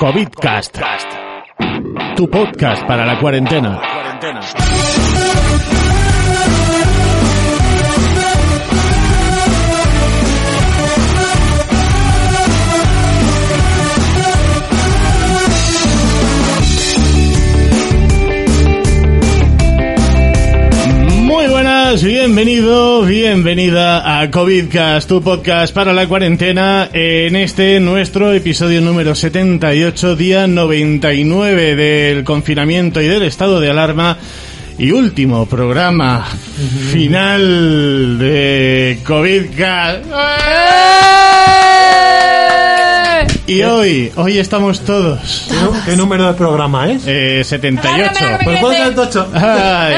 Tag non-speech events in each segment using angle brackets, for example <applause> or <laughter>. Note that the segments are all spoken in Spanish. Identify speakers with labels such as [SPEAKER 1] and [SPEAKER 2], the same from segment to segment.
[SPEAKER 1] COVIDcast. Tu podcast para la cuarentena. Muy buenas, bienvenido, bienvenida a COVIDcast, tu podcast para la cuarentena, en este nuestro episodio número 78, día 99 del confinamiento y del estado de alarma. Y último programa final de COVIDcast. Y hoy, hoy estamos todos.
[SPEAKER 2] ¿Qué, nu- qué número de programa es?
[SPEAKER 1] Eh, 78.
[SPEAKER 2] Pues ponte el tocho.
[SPEAKER 1] <laughs> Ay.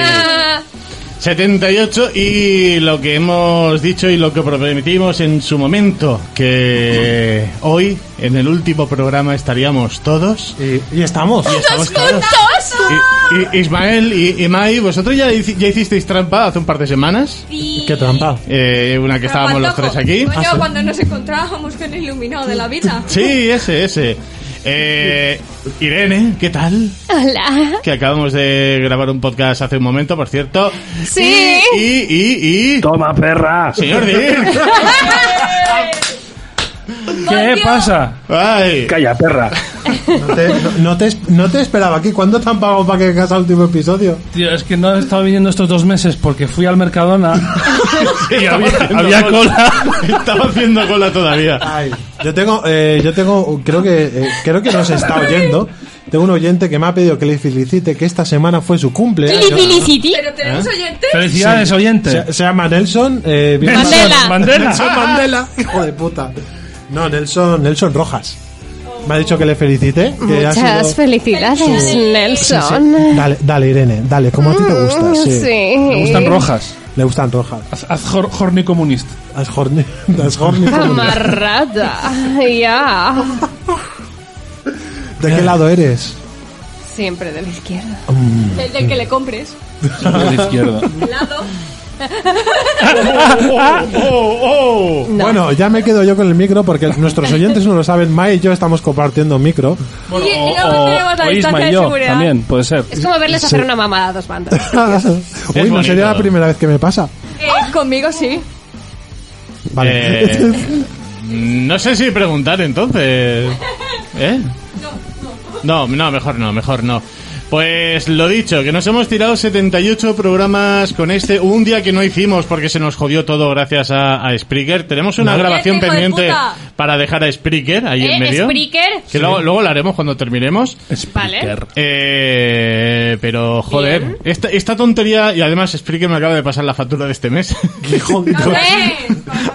[SPEAKER 1] 78 y lo que hemos dicho y lo que prometimos en su momento, que hoy en el último programa estaríamos todos.
[SPEAKER 2] Y, y estamos.
[SPEAKER 1] Estamos todos. Y- y- Ismael y, y Mai, vosotros ya, hici- ya hicisteis trampa hace un par de semanas,
[SPEAKER 2] Qué trampa.
[SPEAKER 1] eh, una que estábamos los tres aquí.
[SPEAKER 3] Coño, cuando nos encontrábamos con el iluminado de la vida.
[SPEAKER 1] Sí, ese, ese. Eh, Irene, ¿qué tal?
[SPEAKER 4] Hola.
[SPEAKER 1] Que acabamos de grabar un podcast hace un momento, por cierto.
[SPEAKER 4] Sí.
[SPEAKER 1] Y, y, y...
[SPEAKER 5] Toma, perra.
[SPEAKER 1] Señor Dirk.
[SPEAKER 3] ¿Qué
[SPEAKER 6] pasa?
[SPEAKER 1] Ay.
[SPEAKER 5] Calla, perra.
[SPEAKER 2] No te, no- no te es- no te esperaba aquí. ¿Cuándo te han pagado para que hagas el último episodio?
[SPEAKER 6] Tío, es que no he estado viniendo estos dos meses porque fui al <laughs> Mercadona.
[SPEAKER 1] Sí,
[SPEAKER 6] había-
[SPEAKER 1] haciendo
[SPEAKER 6] había
[SPEAKER 1] <laughs> Estaba haciendo cola todavía.
[SPEAKER 2] Ay, yo tengo, eh, yo tengo, creo que, eh, creo que nos está oyendo. Tengo un oyente que me ha pedido que le felicite que esta semana fue su cumple.
[SPEAKER 4] Felicity.
[SPEAKER 3] ¿Pero tenemos oyentes?
[SPEAKER 6] Felicidades, oyente.
[SPEAKER 2] Se, se llama Nelson. Eh, bien-
[SPEAKER 4] Nelson. Mandela.
[SPEAKER 2] Nelson Mandela. Hijo de puta. No, Nelson, Nelson Rojas. Me ha dicho que le felicite. Que ha
[SPEAKER 4] Muchas
[SPEAKER 2] sido-
[SPEAKER 4] felicidades, Nelson.
[SPEAKER 2] Dale, dale, Irene, dale, como a ti te gusta.
[SPEAKER 4] Mm,
[SPEAKER 2] Sí.
[SPEAKER 6] Me gustan rojas.
[SPEAKER 2] Le gustan rojas.
[SPEAKER 6] Haz, haz jor- horny comunista.
[SPEAKER 2] Las horny, <laughs> las
[SPEAKER 4] <laughs>
[SPEAKER 2] horny feministas.
[SPEAKER 4] Camarada. Ya.
[SPEAKER 2] ¿De qué lado eres?
[SPEAKER 4] Siempre de la izquierda.
[SPEAKER 3] Del, del que le compres.
[SPEAKER 6] De la izquierda.
[SPEAKER 3] Al lado.
[SPEAKER 1] Oh, oh.
[SPEAKER 4] No.
[SPEAKER 2] Bueno, ya me quedo yo con el micro
[SPEAKER 4] <laughs>
[SPEAKER 2] porque nuestros oyentes no lo saben. Mai y yo estamos compartiendo
[SPEAKER 6] <laughs>
[SPEAKER 2] micro.
[SPEAKER 3] y, y luego tenemos la
[SPEAKER 6] o
[SPEAKER 3] distancia
[SPEAKER 6] Isma y
[SPEAKER 3] de
[SPEAKER 6] yo
[SPEAKER 3] seguridad.
[SPEAKER 6] también, puede ser.
[SPEAKER 4] Es como verles hacer una mamada a dos bandas.
[SPEAKER 2] Uy, no
[SPEAKER 1] bonito.
[SPEAKER 2] sería la primera vez que me pasa.
[SPEAKER 3] Eh, conmigo sí.
[SPEAKER 2] Vale.
[SPEAKER 1] Eh,
[SPEAKER 2] <laughs>
[SPEAKER 1] no sé si preguntar entonces. ¿Eh? No, no, mejor no, mejor no. Pues lo dicho, que nos hemos tirado 78 programas con este. Hubo Un día que no hicimos porque se nos jodió todo gracias a, a Spreaker. Tenemos una grabación
[SPEAKER 3] Hijo de
[SPEAKER 1] pendiente
[SPEAKER 3] puta.
[SPEAKER 1] para dejar a Spreaker ahí en
[SPEAKER 4] ¿Eh?
[SPEAKER 1] medio.
[SPEAKER 4] ¿Spreaker?
[SPEAKER 1] Que luego, luego la haremos cuando terminemos.
[SPEAKER 4] Vale.
[SPEAKER 1] Eh, pero joder, esta, esta tontería y además Spreaker me acaba de pasar la factura de este mes.
[SPEAKER 3] Pues Joder.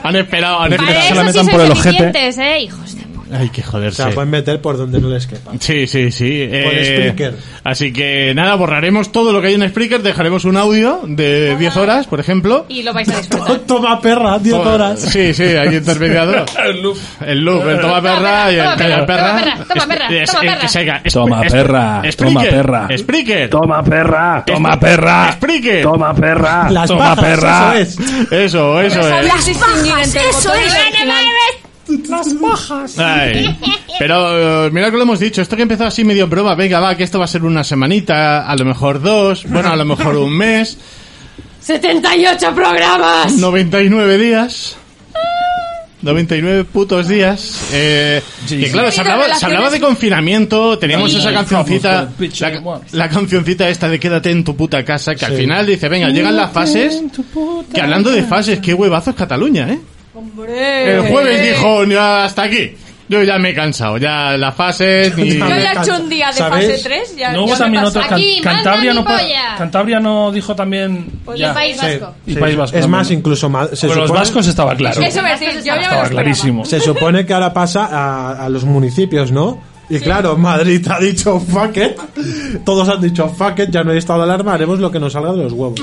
[SPEAKER 1] han esperado, han
[SPEAKER 4] Para
[SPEAKER 1] esperado.
[SPEAKER 6] la
[SPEAKER 4] eso sí
[SPEAKER 6] metan por el
[SPEAKER 4] sois
[SPEAKER 6] ojete.
[SPEAKER 4] eficientes, eh, hijos de puta.
[SPEAKER 1] Hay que
[SPEAKER 2] O
[SPEAKER 1] joderse.
[SPEAKER 2] sea, pues, pueden meter por donde no les quepa.
[SPEAKER 1] Sí, sí, sí. eh,
[SPEAKER 2] Spreaker.
[SPEAKER 1] Así que nada, borraremos todo lo que hay en Spreaker, dejaremos un audio de 10 horas, por ejemplo.
[SPEAKER 4] Y lo vais a disfrutar.
[SPEAKER 2] <laughs> Toma perra, 10 horas.
[SPEAKER 1] Sí, sí, aquí
[SPEAKER 2] <laughs>
[SPEAKER 1] intermediador.
[SPEAKER 6] El loop.
[SPEAKER 1] El loop, el toma perra y el calla perra.
[SPEAKER 4] Toma perra,
[SPEAKER 1] Es-
[SPEAKER 4] toma
[SPEAKER 1] es-
[SPEAKER 4] perra.
[SPEAKER 1] es- es- es-
[SPEAKER 6] Toma
[SPEAKER 1] es-
[SPEAKER 6] perra,
[SPEAKER 1] Spreaker,
[SPEAKER 6] toma perra.
[SPEAKER 1] Spreaker.
[SPEAKER 5] Toma, perra.
[SPEAKER 6] Toma, perra.
[SPEAKER 1] Spreaker.
[SPEAKER 5] Toma, perra.
[SPEAKER 2] Eh. Las
[SPEAKER 6] Toma,
[SPEAKER 2] bajas, eso
[SPEAKER 6] perra.
[SPEAKER 2] es.
[SPEAKER 1] Eso, eso
[SPEAKER 3] Pues
[SPEAKER 1] es.
[SPEAKER 4] ¡Eso es!
[SPEAKER 1] Ay. Pero eh, mira que lo hemos dicho, esto que empezó así medio en broma, venga, va, que esto va a ser una semanita, a lo mejor dos, bueno, a lo mejor un mes,
[SPEAKER 4] ¡78 programas!
[SPEAKER 1] 99 días. 99 putos días. Eh, que claro, se hablaba, se hablaba de confinamiento, teníamos esa cancioncita, la, la cancioncita esta de quédate en tu puta casa, que al final dice, venga, llegan las fases, que hablando de fases, qué huevazo es Cataluña, ¿eh?
[SPEAKER 3] Hombre.
[SPEAKER 1] El jueves dijo, ya hasta aquí. Yo ya me he cansado, ya las fases ni...
[SPEAKER 3] Yo ya he hecho
[SPEAKER 2] Cansa.
[SPEAKER 3] un día de
[SPEAKER 2] ¿Sabes?
[SPEAKER 3] fase 3. Ya,
[SPEAKER 6] No
[SPEAKER 3] ya
[SPEAKER 6] hubo
[SPEAKER 3] me
[SPEAKER 6] también
[SPEAKER 3] pasa.
[SPEAKER 6] otro. Can-
[SPEAKER 4] Aquí, manda
[SPEAKER 6] Cantabria,
[SPEAKER 4] mi
[SPEAKER 6] no, pa-
[SPEAKER 4] polla.
[SPEAKER 6] Cantabria no dijo también.
[SPEAKER 3] Pues
[SPEAKER 6] ya.
[SPEAKER 4] el País
[SPEAKER 2] Sí,
[SPEAKER 4] Vasco.
[SPEAKER 6] Y
[SPEAKER 2] sí.
[SPEAKER 6] País Vasco
[SPEAKER 2] Es más,
[SPEAKER 6] también.
[SPEAKER 2] incluso más. Se
[SPEAKER 6] Pero los
[SPEAKER 2] supone-
[SPEAKER 6] vascos estaba claro.
[SPEAKER 3] Eso me decís, yo ya me lo
[SPEAKER 6] Estaba
[SPEAKER 3] esperaba.
[SPEAKER 6] clarísimo.
[SPEAKER 2] Se supone que ahora pasa a, a los municipios, ¿no? Y claro, Madrid ha dicho fuck it. Todos han dicho fuck it, ya no hay estado de alarma, haremos lo que nos salga de los huevos.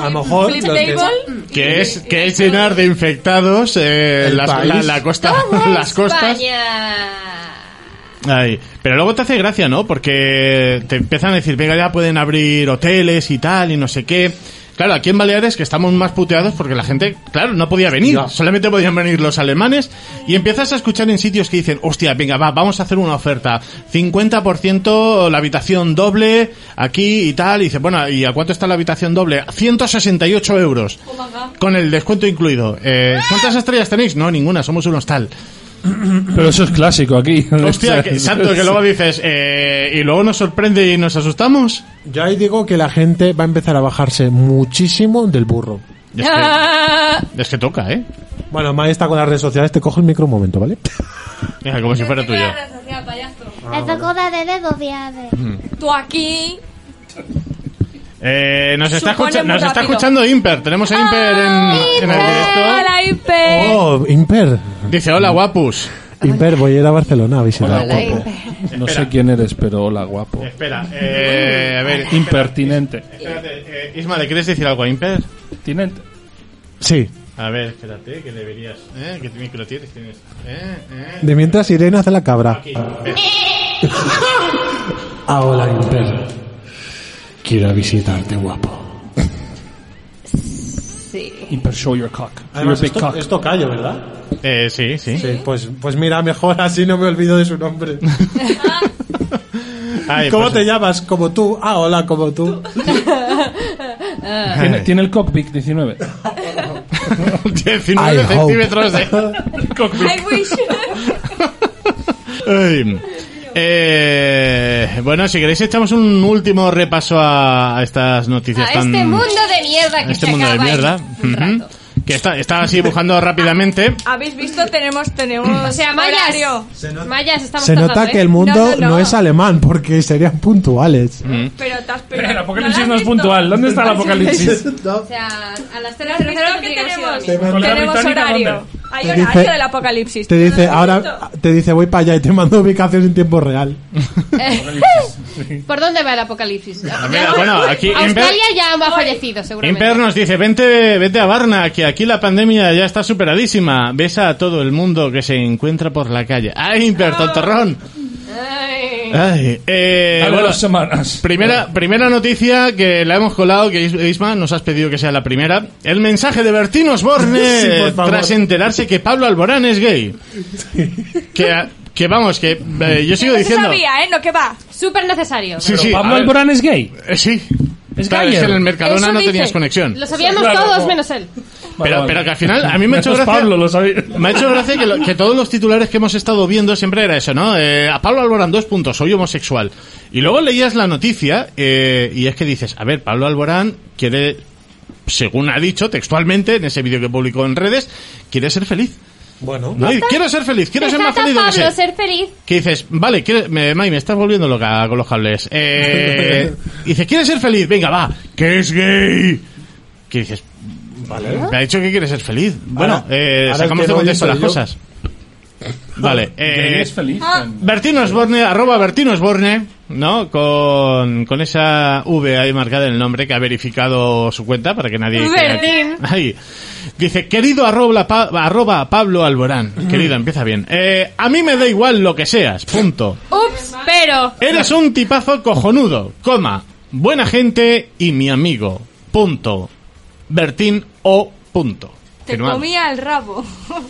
[SPEAKER 2] A lo mejor
[SPEAKER 3] Mm. Flip
[SPEAKER 2] los que-
[SPEAKER 3] table. Mm.
[SPEAKER 1] Que es, que es llenar de infectados eh,
[SPEAKER 2] El
[SPEAKER 1] las,
[SPEAKER 2] país.
[SPEAKER 1] la, la costa, <laughs> las costas.
[SPEAKER 4] España.
[SPEAKER 1] Ay, pero luego te hace gracia, ¿no? Porque te empiezan a decir, venga, ya pueden abrir hoteles y tal, y no sé qué. Claro, aquí en Baleares que estamos más puteados porque la gente, claro, no podía venir.
[SPEAKER 2] Ya.
[SPEAKER 1] Solamente podían venir los alemanes. Y empiezas a escuchar en sitios que dicen, hostia, venga, va, vamos a hacer una oferta. 50% la habitación doble aquí y tal. Y dice, bueno, ¿y a cuánto está la habitación doble? 168 euros. Con el descuento incluido. Eh, ¿Cuántas estrellas tenéis? No, ninguna, somos un hostal.
[SPEAKER 6] Pero eso es clásico aquí. <laughs>
[SPEAKER 1] Hostia, que, santo, que luego dices, eh, y luego nos sorprende y nos asustamos.
[SPEAKER 2] Yo ahí digo que la gente va a empezar a bajarse muchísimo del burro.
[SPEAKER 1] Y Es
[SPEAKER 3] <laughs>
[SPEAKER 1] que, es que toca, ¿eh?
[SPEAKER 2] Bueno, Mai está con las redes sociales, te cojo el micro un momento, ¿vale?
[SPEAKER 1] Mira, como si fuera tuyo.
[SPEAKER 7] Esta cosa de dedos de ave.
[SPEAKER 3] Tú aquí.
[SPEAKER 1] Eh, nos está,
[SPEAKER 3] Supone
[SPEAKER 1] escucha-
[SPEAKER 3] muy
[SPEAKER 1] nos está
[SPEAKER 3] rápido. Ah,
[SPEAKER 1] escuchando Imper. Tenemos a Imper Mm. en, en el directo.
[SPEAKER 3] Hola, Ipe.
[SPEAKER 2] Oh, Imper.
[SPEAKER 1] Dice, hola, guapus.
[SPEAKER 2] Imper, voy a ir a Barcelona a visitar.
[SPEAKER 1] Hola,
[SPEAKER 2] Guapo.
[SPEAKER 6] No sé quién eres, pero hola, guapo.
[SPEAKER 1] Espera, eh, a ver.
[SPEAKER 6] Impertinente.
[SPEAKER 1] Espérate, eh, Isma, ¿le quieres decir algo a Imper?
[SPEAKER 6] Impertinente.
[SPEAKER 2] Sí.
[SPEAKER 1] A ver, espérate, que deberías. ¿Eh? ¿Qué micro tienes? ¿Tienes? ¿Eh? ¿Eh?
[SPEAKER 2] De mientras Irene hace la cabra.
[SPEAKER 1] Aquí, ven.
[SPEAKER 2] Ahora, Imper. Ah, Quiero visitarte, guapo.
[SPEAKER 6] Imper show your cock. your big cock.
[SPEAKER 2] callo, ¿verdad?
[SPEAKER 1] Eh, sí, sí.
[SPEAKER 2] Sí, pues, pues mira, mejor así no me olvido de su nombre.
[SPEAKER 1] Ay,
[SPEAKER 2] ¿Cómo
[SPEAKER 1] pues-
[SPEAKER 2] te llamas? Como tú. Ah, hola, como tú.
[SPEAKER 1] <laughs>
[SPEAKER 6] Tiene, tiene el cock big 19.
[SPEAKER 1] 19
[SPEAKER 2] I hope.
[SPEAKER 1] centímetros
[SPEAKER 2] <laughs>
[SPEAKER 1] de cockpit.
[SPEAKER 3] I wish. <laughs>
[SPEAKER 1] Ay. Eh, bueno, si queréis echamos un último repaso a, a estas noticias
[SPEAKER 4] A
[SPEAKER 1] tan...
[SPEAKER 4] este mundo de mierda
[SPEAKER 1] a
[SPEAKER 4] que
[SPEAKER 1] este
[SPEAKER 4] se
[SPEAKER 1] mundo de
[SPEAKER 4] acaba en
[SPEAKER 1] mierda.
[SPEAKER 4] un rato.
[SPEAKER 1] Ujú. Que está, está así dibujando rápidamente.
[SPEAKER 3] ¿Habéis visto? Tenemos, tenemos.
[SPEAKER 4] O sea, Mayas,
[SPEAKER 3] horario.
[SPEAKER 4] Mayas estamos
[SPEAKER 2] Se nota
[SPEAKER 4] tardando,
[SPEAKER 2] que
[SPEAKER 4] ¿eh?
[SPEAKER 2] el mundo no,
[SPEAKER 3] No, no, no.
[SPEAKER 2] es alemán, porque serían puntuales.
[SPEAKER 1] Mm.
[SPEAKER 3] Pero te has
[SPEAKER 6] El
[SPEAKER 3] perdido.
[SPEAKER 6] apocalipsis
[SPEAKER 3] has
[SPEAKER 6] no es
[SPEAKER 3] visto?
[SPEAKER 6] puntual. ¿Dónde está el apocalipsis?
[SPEAKER 4] O sea, a las 3 de la
[SPEAKER 3] Creo
[SPEAKER 4] tarde
[SPEAKER 3] que
[SPEAKER 4] tiene que
[SPEAKER 3] tenemos,
[SPEAKER 2] <laughs>
[SPEAKER 4] ser
[SPEAKER 2] Te manda-
[SPEAKER 3] tenemos
[SPEAKER 6] británica,
[SPEAKER 3] horario.
[SPEAKER 6] ¿dónde?
[SPEAKER 3] Hay
[SPEAKER 2] Te
[SPEAKER 3] horario
[SPEAKER 2] dice-
[SPEAKER 3] del apocalipsis.
[SPEAKER 2] Te
[SPEAKER 3] ¿No
[SPEAKER 2] dice,
[SPEAKER 3] lo has
[SPEAKER 2] ahora
[SPEAKER 3] visto?
[SPEAKER 2] te dice voy para allá y te mando ubicación en tiempo real.
[SPEAKER 4] ¿Por dónde va el apocalipsis?
[SPEAKER 1] mira, bueno, aquí Ember-
[SPEAKER 4] Australia ya ha fallecido, seguramente.
[SPEAKER 1] Imper nos dice, vente, vete a Varna, que aquí la pandemia ya está superadísima. Besa a todo el mundo que se encuentra por la calle. ¡Ay,
[SPEAKER 4] Ah.
[SPEAKER 1] Imper, tontorrón!
[SPEAKER 4] Ay.
[SPEAKER 1] Ay, eh,
[SPEAKER 6] A ver,
[SPEAKER 1] bueno,
[SPEAKER 6] dos
[SPEAKER 1] <laughs>
[SPEAKER 6] semanas.
[SPEAKER 1] Primera, primera noticia que la hemos colado, que Is- Isma nos has pedido que sea la primera. El mensaje de Bertín Osborne
[SPEAKER 6] <laughs>
[SPEAKER 2] Sí, por favor.
[SPEAKER 1] tras enterarse que Pablo Alborán es gay. Que, que vamos, que eh, yo sigo
[SPEAKER 3] Eso
[SPEAKER 1] diciendo...
[SPEAKER 3] sabía, ¿eh? No, que va.
[SPEAKER 4] Súper necesario.
[SPEAKER 1] Sí, sí,
[SPEAKER 6] Pablo
[SPEAKER 1] a ver,
[SPEAKER 6] Alborán es gay.
[SPEAKER 1] eh, sí.
[SPEAKER 6] Es
[SPEAKER 1] Claro,
[SPEAKER 6] gayer.
[SPEAKER 1] que en el Mercadona
[SPEAKER 4] Eso
[SPEAKER 1] no
[SPEAKER 4] dice.
[SPEAKER 1] tenías conexión.
[SPEAKER 4] Lo sabíamos
[SPEAKER 6] Claro,
[SPEAKER 4] todos
[SPEAKER 6] no.
[SPEAKER 4] menos él.
[SPEAKER 6] Vale,
[SPEAKER 1] Pero,
[SPEAKER 6] vale.
[SPEAKER 1] pero que al final a mí
[SPEAKER 6] <laughs>
[SPEAKER 1] me ha hecho
[SPEAKER 6] Menos
[SPEAKER 1] gracia...
[SPEAKER 6] Pablo, lo sabía.
[SPEAKER 1] Me ha hecho gracia que, lo- que todos los titulares que hemos estado viendo siempre era eso, ¿no? Eh, a Pablo Alborán, dos puntos, soy homosexual. Y luego leías la noticia eh, y es que dices, a ver, Pablo Alborán quiere, según ha dicho textualmente en ese vídeo que publicó en redes, quiere ser feliz.
[SPEAKER 2] Bueno,
[SPEAKER 1] ¿no? Y quiero ser feliz, quiero
[SPEAKER 4] Me
[SPEAKER 1] ser más
[SPEAKER 4] encanta
[SPEAKER 1] feliz de lo que
[SPEAKER 4] Pablo
[SPEAKER 1] sé.
[SPEAKER 4] ser feliz.
[SPEAKER 1] Que dices, vale, quiere- me, May, me estás volviendo loca con los cables.
[SPEAKER 2] <laughs>
[SPEAKER 1] Eh, dices, ¿quieres ser feliz? Venga, va, que es gay. Que dices, vale. Me ha dicho que quiere ser feliz. Bueno,
[SPEAKER 2] Ahora-
[SPEAKER 1] eh,
[SPEAKER 2] ahora
[SPEAKER 1] sacamos
[SPEAKER 2] el
[SPEAKER 1] de
[SPEAKER 2] que no
[SPEAKER 1] contexto
[SPEAKER 2] oye
[SPEAKER 1] las
[SPEAKER 2] soy yo. <laughs>
[SPEAKER 1] cosas. Vale,
[SPEAKER 6] Gay
[SPEAKER 1] eh,
[SPEAKER 6] es feliz.
[SPEAKER 1] Bertín Osborne, arroba Bertín Osborne, ¿no? Con, con esa V ahí marcada en el nombre que ha verificado su cuenta para que nadie...
[SPEAKER 4] Bertín.
[SPEAKER 1] Ahí. Dice, querido arroba, Pa- arroba Pablo Alborán. Querido, empieza bien. Eh, a mí me da igual lo que seas, punto.
[SPEAKER 4] Ups, pero.
[SPEAKER 1] Eres un tipazo cojonudo, coma, buena gente y mi amigo, punto. Bertín O. Punto.
[SPEAKER 3] Te
[SPEAKER 1] Firmado.
[SPEAKER 3] comía el rabo. <laughs>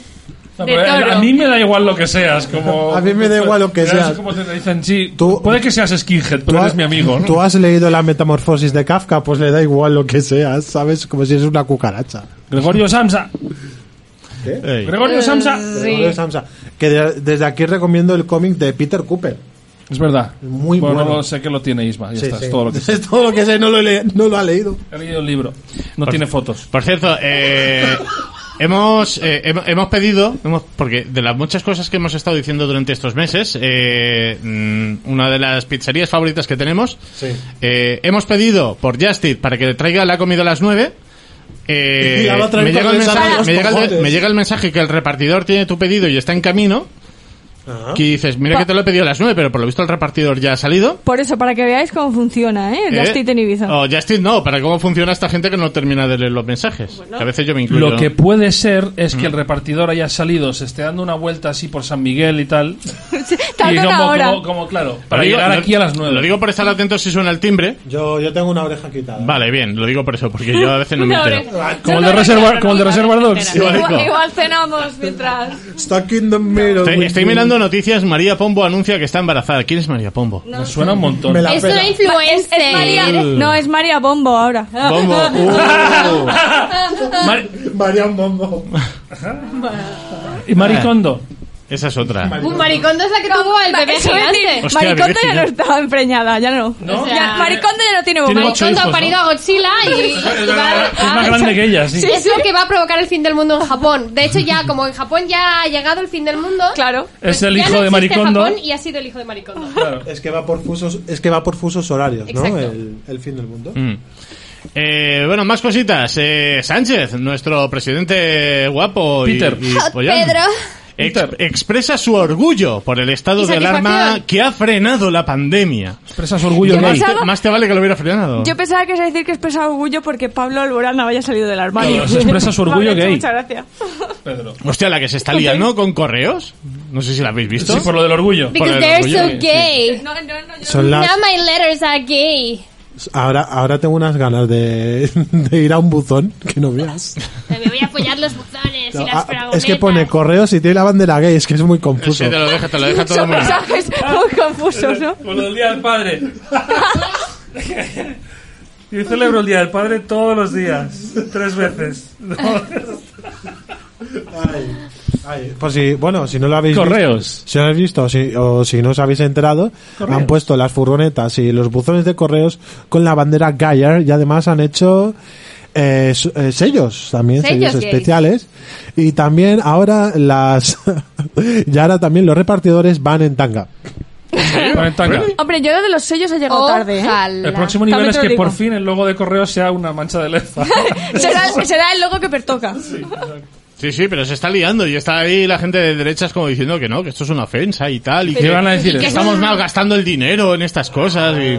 [SPEAKER 6] No,
[SPEAKER 4] de
[SPEAKER 6] pero a-
[SPEAKER 4] toro.
[SPEAKER 6] A mí me da igual lo que seas. Como,
[SPEAKER 2] A mí me da igual lo que
[SPEAKER 6] Pero es
[SPEAKER 2] seas.
[SPEAKER 6] como te dicen, sí,
[SPEAKER 2] Tú-
[SPEAKER 6] puede que seas skinhead, pero eres mi amigo. ¿no?
[SPEAKER 2] Tú has leído la metamorfosis de Kafka, pues le da igual lo que seas, ¿sabes? Como si eres una cucaracha.
[SPEAKER 6] Gregorio Samsa.
[SPEAKER 1] Ey.
[SPEAKER 6] Gregorio Samsa.
[SPEAKER 2] Gregorio Samsa. Que de- desde aquí recomiendo el cómic de Peter Cooper.
[SPEAKER 6] Es verdad.
[SPEAKER 2] Muy bueno.
[SPEAKER 6] lo sé que lo tiene Isma. Ya
[SPEAKER 2] Sí,
[SPEAKER 6] está,
[SPEAKER 2] sí.
[SPEAKER 6] es todo lo
[SPEAKER 2] <laughs>
[SPEAKER 6] que sé.
[SPEAKER 2] Es todo lo que sé, no lo, he le- no lo ha leído.
[SPEAKER 6] He leído el libro. No
[SPEAKER 1] Pues
[SPEAKER 6] tiene fotos.
[SPEAKER 1] Por cierto, eh, hemos, eh, hem- hemos pedido, hemos- porque de las muchas cosas que hemos estado diciendo durante estos meses, eh, mm, una de las pizzerías favoritas que tenemos, eh, hemos pedido por Justit para que le traiga la comida a las 9. eh,
[SPEAKER 2] <laughs> Y la va a traer
[SPEAKER 1] me, llega el
[SPEAKER 2] cuando le salgan
[SPEAKER 1] mensaje,
[SPEAKER 2] los
[SPEAKER 1] me llega el-
[SPEAKER 2] cojones.
[SPEAKER 1] me llega el mensaje que el repartidor tiene tu pedido y está en camino.
[SPEAKER 2] Ah.
[SPEAKER 1] Que dices, mira que te lo he pedido a las 9, pero por lo visto el repartidor ya ha salido.
[SPEAKER 3] Por eso, para que veáis cómo funciona, ¿eh?
[SPEAKER 1] ¿Eh?
[SPEAKER 3] Justin en <laughs> Ibiza.
[SPEAKER 1] Oh, Justin no, para cómo funciona esta gente que no termina de leer los mensajes. Que a veces yo me incluyo.
[SPEAKER 6] Lo que puede ser es que el repartidor haya salido, se esté dando una vuelta así por San Miguel y tal. y
[SPEAKER 3] Tarda una
[SPEAKER 6] como,
[SPEAKER 3] hora.
[SPEAKER 6] como- como, claro, para
[SPEAKER 1] Lo digo-
[SPEAKER 6] llegar
[SPEAKER 1] lo-
[SPEAKER 6] aquí a las nueve.
[SPEAKER 1] Lo digo por estar atento si suena el timbre.
[SPEAKER 2] Yo, yo tengo una oreja quitada.
[SPEAKER 1] Vale, bien, lo digo por eso, porque yo a
[SPEAKER 3] <laughs>
[SPEAKER 1] veces no me
[SPEAKER 4] Una
[SPEAKER 1] entero.
[SPEAKER 4] oreja.
[SPEAKER 6] Como el
[SPEAKER 4] Yo
[SPEAKER 6] de
[SPEAKER 4] no me
[SPEAKER 6] Reservoir-
[SPEAKER 4] entero,
[SPEAKER 6] como el de
[SPEAKER 4] no,
[SPEAKER 6] Reservoir
[SPEAKER 4] no me
[SPEAKER 6] Dogs.
[SPEAKER 4] entero.
[SPEAKER 1] Igual-
[SPEAKER 3] Igual, igual cenamos mientras.
[SPEAKER 2] Stuck in the middle.
[SPEAKER 1] Estoy,
[SPEAKER 2] with
[SPEAKER 1] estoy
[SPEAKER 2] you.
[SPEAKER 1] mirando noticias. María Pombo anuncia que está embarazada. ¿Quién es María Pombo?
[SPEAKER 6] Me suena un montón.
[SPEAKER 2] Me la
[SPEAKER 4] Es una
[SPEAKER 2] pela.
[SPEAKER 3] Es, es María.
[SPEAKER 4] influencer.
[SPEAKER 3] No, es María Bombo ahora. <laughs>
[SPEAKER 1] Pombo.
[SPEAKER 6] Mar-
[SPEAKER 2] Uh. María Mombo.
[SPEAKER 6] y Maricondo.
[SPEAKER 1] Esa es otra.
[SPEAKER 4] Un maricondo es la que tuvo al bebé
[SPEAKER 3] Eso es
[SPEAKER 4] gigante.
[SPEAKER 3] decir,
[SPEAKER 1] Hostia,
[SPEAKER 3] Maricondo
[SPEAKER 1] Virginia.
[SPEAKER 3] ya no estaba empreñada, ya no.
[SPEAKER 6] ¿No?
[SPEAKER 4] O sea,
[SPEAKER 3] Ya, Maricondo ya no tiene
[SPEAKER 6] Tiene
[SPEAKER 3] bomba.
[SPEAKER 6] ocho
[SPEAKER 4] Maricondo ha
[SPEAKER 6] hijos,
[SPEAKER 4] parido a Godzilla y, y va
[SPEAKER 6] Es más
[SPEAKER 4] a-
[SPEAKER 6] grande que ella, sí.
[SPEAKER 4] Ah, <laughs> Es lo que va a provocar el fin del mundo en Japón. De hecho, ya como en Japón ya ha llegado el fin del mundo.
[SPEAKER 3] Claro.
[SPEAKER 4] pues
[SPEAKER 6] Es el
[SPEAKER 4] ya
[SPEAKER 6] hijo
[SPEAKER 4] no
[SPEAKER 6] de
[SPEAKER 4] existe
[SPEAKER 6] Maricondo.
[SPEAKER 4] Japón y ha sido el hijo de Maricondo.
[SPEAKER 6] Claro.
[SPEAKER 2] Es que va por fusos, es que va por fusos horarios, ¿no?
[SPEAKER 4] Exacto.
[SPEAKER 2] El, el fin del mundo.
[SPEAKER 1] Mm. Eh, bueno, más cositas. Eh, Sánchez, nuestro presidente guapo. y-
[SPEAKER 6] Peter.
[SPEAKER 1] y pollón,
[SPEAKER 4] Pedro.
[SPEAKER 1] ex- expresa su orgullo por el estado
[SPEAKER 4] Y
[SPEAKER 1] de alarma
[SPEAKER 4] satisfacción.
[SPEAKER 1] que ha frenado la pandemia.
[SPEAKER 6] Expresa su orgullo
[SPEAKER 3] Yo
[SPEAKER 6] gay.
[SPEAKER 1] Más te,
[SPEAKER 3] pensaba-
[SPEAKER 1] más te vale que lo hubiera frenado.
[SPEAKER 3] Yo pensaba que es decir que expresa orgullo porque Pablo Alborán había salido del armario.
[SPEAKER 6] Claro, se expresa su orgullo
[SPEAKER 3] Me habría hecho
[SPEAKER 6] gay.
[SPEAKER 3] Muchas gracias.
[SPEAKER 6] Pedro.
[SPEAKER 1] Hostia, la que se está liando con correos. No sé si la habéis visto.
[SPEAKER 6] Sí, por lo del orgullo.
[SPEAKER 1] Por el
[SPEAKER 4] Because they're
[SPEAKER 1] orgullo gay,
[SPEAKER 4] so
[SPEAKER 1] sí.
[SPEAKER 4] gay.
[SPEAKER 3] No, no, no. Yo...
[SPEAKER 2] Son las,
[SPEAKER 4] Now my letters are gay.
[SPEAKER 2] ahora, ahora tengo unas ganas de, <laughs> de ir a un buzón que no veas.
[SPEAKER 4] Me voy a apoyar los buzones y
[SPEAKER 2] Ah,
[SPEAKER 4] las fragonetas.
[SPEAKER 2] es que pone correos y tiene la bandera gay, es que es muy confuso.
[SPEAKER 1] Sí, te lo deja, te lo deja todo
[SPEAKER 3] Son
[SPEAKER 1] muy bien.
[SPEAKER 3] mensajes muy confusos, ¿no?
[SPEAKER 6] Por lo del Día del
[SPEAKER 4] <laughs>
[SPEAKER 6] Padre. Yo celebro el Día del Padre todos los días. Tres veces.
[SPEAKER 2] Ay, Pues si, bueno, si no lo habéis
[SPEAKER 6] Correos. <laughs>
[SPEAKER 2] visto, si no lo habéis visto o si, o si no os habéis enterado, han puesto las furgonetas y los buzones de correos con la bandera Gayer y además han hecho eh, su- eh, sellos también, sellos,
[SPEAKER 4] Sellos gays.
[SPEAKER 2] especiales. Y también ahora las. <laughs> y ahora también los repartidores van en tanga.
[SPEAKER 3] Hombre, yo lo de los sellos he llegado tarde, ¿eh?
[SPEAKER 6] El
[SPEAKER 4] Oh, Ojalá.
[SPEAKER 6] próximo nivel
[SPEAKER 3] También
[SPEAKER 6] es
[SPEAKER 3] te lo
[SPEAKER 6] que
[SPEAKER 3] digo.
[SPEAKER 6] por fin el logo de correo sea una mancha de
[SPEAKER 3] <laughs>
[SPEAKER 6] leza.
[SPEAKER 3] Será, será el logo que pertoca.
[SPEAKER 1] Sí, sí, pero se está liando y está ahí la gente de derechas como diciendo que no, que esto es una ofensa y tal. Y
[SPEAKER 6] ¿Qué
[SPEAKER 1] que
[SPEAKER 6] van a decir?
[SPEAKER 1] que
[SPEAKER 6] eso?
[SPEAKER 1] estamos malgastando el dinero en estas cosas. Y...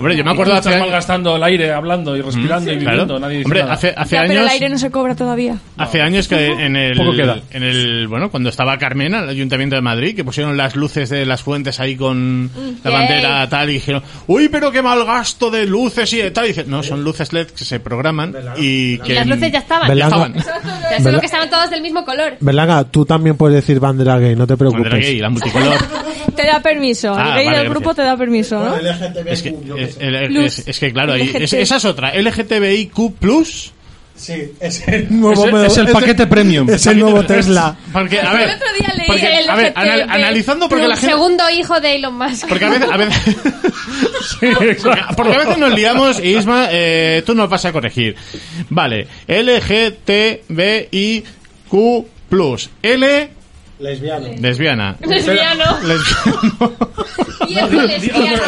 [SPEAKER 1] Hombre, yo me acuerdo
[SPEAKER 6] Estás
[SPEAKER 1] hace
[SPEAKER 6] Ah, malgastando el aire hablando y respirando y
[SPEAKER 1] Mm, Claro.
[SPEAKER 6] viviendo. Nadie dice
[SPEAKER 1] Hombre,
[SPEAKER 6] nada. <laughs>
[SPEAKER 1] hace, hace
[SPEAKER 3] Ya, pero el
[SPEAKER 1] años,
[SPEAKER 3] aire no se cobra todavía.
[SPEAKER 1] hace años que en
[SPEAKER 6] Poco
[SPEAKER 1] el,
[SPEAKER 6] queda.
[SPEAKER 1] en el, bueno, cuando estaba Carmen al Ayuntamiento de Madrid, que pusieron las luces de las fuentes ahí con la
[SPEAKER 4] Yay.
[SPEAKER 1] bandera tal y dijeron, uy, pero qué mal gasto de luces y de tal. Y dice, no, son luces LED que se programan y que
[SPEAKER 4] Y las luces Ah, ya estaban.
[SPEAKER 2] Belaga-
[SPEAKER 1] estaban.
[SPEAKER 4] O sea, solo que estaban todas del mismo color.
[SPEAKER 2] Belaga, tú también puedes decir bandera gay, no te preocupes.
[SPEAKER 1] Bandera gay, la multicolor.
[SPEAKER 3] Te da permiso.
[SPEAKER 1] Ah,
[SPEAKER 3] el gay
[SPEAKER 1] vale,
[SPEAKER 3] del grupo
[SPEAKER 1] gracias.
[SPEAKER 3] te da permiso, ¿no?
[SPEAKER 1] Es que, eh, el-
[SPEAKER 3] Plus.
[SPEAKER 1] es, es que claro, ahí- es-
[SPEAKER 3] LGTB.
[SPEAKER 1] esa es otra. LGTBIQ Plus.
[SPEAKER 2] Sí, es el nuevo
[SPEAKER 6] Es el- es el
[SPEAKER 2] es
[SPEAKER 6] paquete premium.
[SPEAKER 2] Es el nuevo Tesla.
[SPEAKER 1] Porque, a ver,
[SPEAKER 3] otro día leí
[SPEAKER 1] porque,
[SPEAKER 4] el
[SPEAKER 1] a ver, anal-
[SPEAKER 4] LGTB+,
[SPEAKER 1] analizando porque la
[SPEAKER 4] un
[SPEAKER 1] gente...
[SPEAKER 4] segundo hijo de Elon <laughs> Musk.
[SPEAKER 1] Porque a veces... a veces-
[SPEAKER 2] <laughs>
[SPEAKER 1] porque, porque a veces nos liamos y Isma, eh, tú nos vas a corregir. Vale, LGTBIQ Plus. L,
[SPEAKER 2] Lesbiana.
[SPEAKER 1] lesbiana.
[SPEAKER 4] Lesbiano.
[SPEAKER 1] Lesbiano.
[SPEAKER 4] <laughs> Y es
[SPEAKER 6] <laughs>
[SPEAKER 4] lesbiano.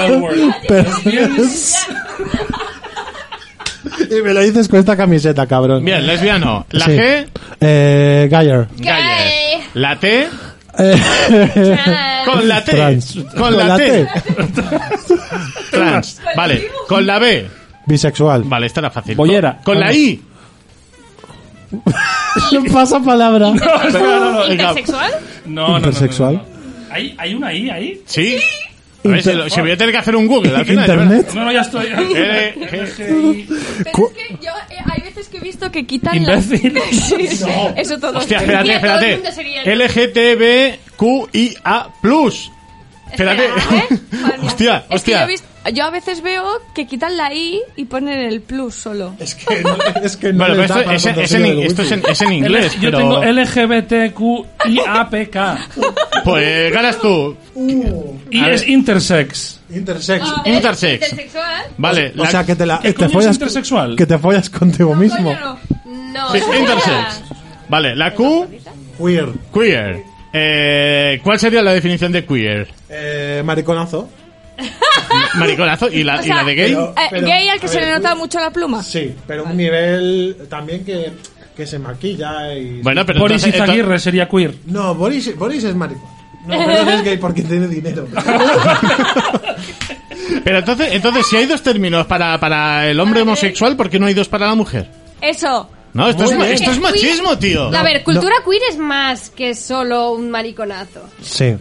[SPEAKER 2] Y me lo dices con esta camiseta, cabrón.
[SPEAKER 1] Bien, lesbiano. La
[SPEAKER 2] Sí.
[SPEAKER 1] G,
[SPEAKER 2] Eh, Gayer.
[SPEAKER 1] gayer.
[SPEAKER 4] Gay.
[SPEAKER 1] La T,
[SPEAKER 2] Eh,
[SPEAKER 1] con la T.
[SPEAKER 2] Trans.
[SPEAKER 1] Con la T. Trans.
[SPEAKER 3] Pues
[SPEAKER 1] Vale, con la B.
[SPEAKER 2] Bisexual.
[SPEAKER 1] Vale, esta era fácil.
[SPEAKER 6] Bollera.
[SPEAKER 1] Con, con la
[SPEAKER 6] Vamos.
[SPEAKER 1] I.
[SPEAKER 2] Pasa palabra.
[SPEAKER 1] Venga.
[SPEAKER 4] ¿Intersexual?
[SPEAKER 6] No, no, no,
[SPEAKER 2] Intersexual.
[SPEAKER 6] no, no, no. ¿Hay, ¿Hay una ahí? ahí?
[SPEAKER 1] Sí. A ver, se, lo- se voy a tener que hacer un Google al final. Eh,
[SPEAKER 2] Internet.
[SPEAKER 6] No, no, ya estoy.
[SPEAKER 1] L, G.
[SPEAKER 3] Pero es que yo, eh, hay veces que he visto que quitan las...
[SPEAKER 6] Imbécil.
[SPEAKER 3] <laughs> Sí, Eso todo.
[SPEAKER 1] Hostia,
[SPEAKER 4] Todo
[SPEAKER 1] espérate,
[SPEAKER 4] el
[SPEAKER 1] espérate.
[SPEAKER 4] mundo sería el-
[SPEAKER 1] LGTBQIA+. Espérate.
[SPEAKER 4] Espera, ¿eh?
[SPEAKER 3] ¿eh?
[SPEAKER 1] <laughs>
[SPEAKER 3] Madre mía.
[SPEAKER 1] Hostia,
[SPEAKER 3] Es que yo,
[SPEAKER 1] hostia.
[SPEAKER 3] he visto- yo a veces veo que quitan la I y ponen el plus solo.
[SPEAKER 2] Es que no, es que
[SPEAKER 1] Bueno, pero
[SPEAKER 2] les da
[SPEAKER 1] esto
[SPEAKER 2] para
[SPEAKER 1] es, es
[SPEAKER 2] contraseña
[SPEAKER 1] en,
[SPEAKER 2] del
[SPEAKER 1] esto es en,
[SPEAKER 2] wifi.
[SPEAKER 1] es en inglés,
[SPEAKER 6] Yo
[SPEAKER 1] pero...
[SPEAKER 6] tengo LGBTQIAPK.
[SPEAKER 1] Pues ganas tú.
[SPEAKER 6] Y es intersex.
[SPEAKER 2] Intersex.
[SPEAKER 1] Intersex.
[SPEAKER 4] ¿Intersexual?
[SPEAKER 1] Vale.
[SPEAKER 2] O
[SPEAKER 1] la-
[SPEAKER 2] sea, que te, la,
[SPEAKER 6] ¿Qué
[SPEAKER 2] te
[SPEAKER 6] coño
[SPEAKER 2] follas
[SPEAKER 6] es intersexual?
[SPEAKER 2] Que te follas contigo mismo.
[SPEAKER 4] No.
[SPEAKER 1] sí,
[SPEAKER 4] espera.
[SPEAKER 1] intersex. Vale, la Q,
[SPEAKER 2] Queer.
[SPEAKER 1] queer. Eh, ¿Cuál sería la definición de queer?
[SPEAKER 2] Eh, mariconazo.
[SPEAKER 1] Mariconazo. ¿Y la, y la de gay?
[SPEAKER 2] pero-
[SPEAKER 3] Eh,
[SPEAKER 2] pero-
[SPEAKER 3] gay al que
[SPEAKER 2] a
[SPEAKER 3] se
[SPEAKER 2] ver,
[SPEAKER 3] le nota mucho la pluma.
[SPEAKER 2] Sí, pero un nivel también que, que se maquilla y...
[SPEAKER 1] Bueno, pero
[SPEAKER 6] Boris
[SPEAKER 1] entonces-
[SPEAKER 6] Izaguirre sería queer.
[SPEAKER 2] No, Boris, Boris es maricón. No, pero no es gay porque tiene dinero.
[SPEAKER 1] Pero entonces, entonces si hay dos términos para, para el hombre homosexual, ¿por qué no hay dos para la mujer?
[SPEAKER 3] Eso.
[SPEAKER 1] No, esto, es,
[SPEAKER 2] Muy
[SPEAKER 1] ma-
[SPEAKER 2] bien.
[SPEAKER 1] esto es machismo, tío.
[SPEAKER 4] A ver, cultura queer es más que solo un mariconazo.
[SPEAKER 2] Sí.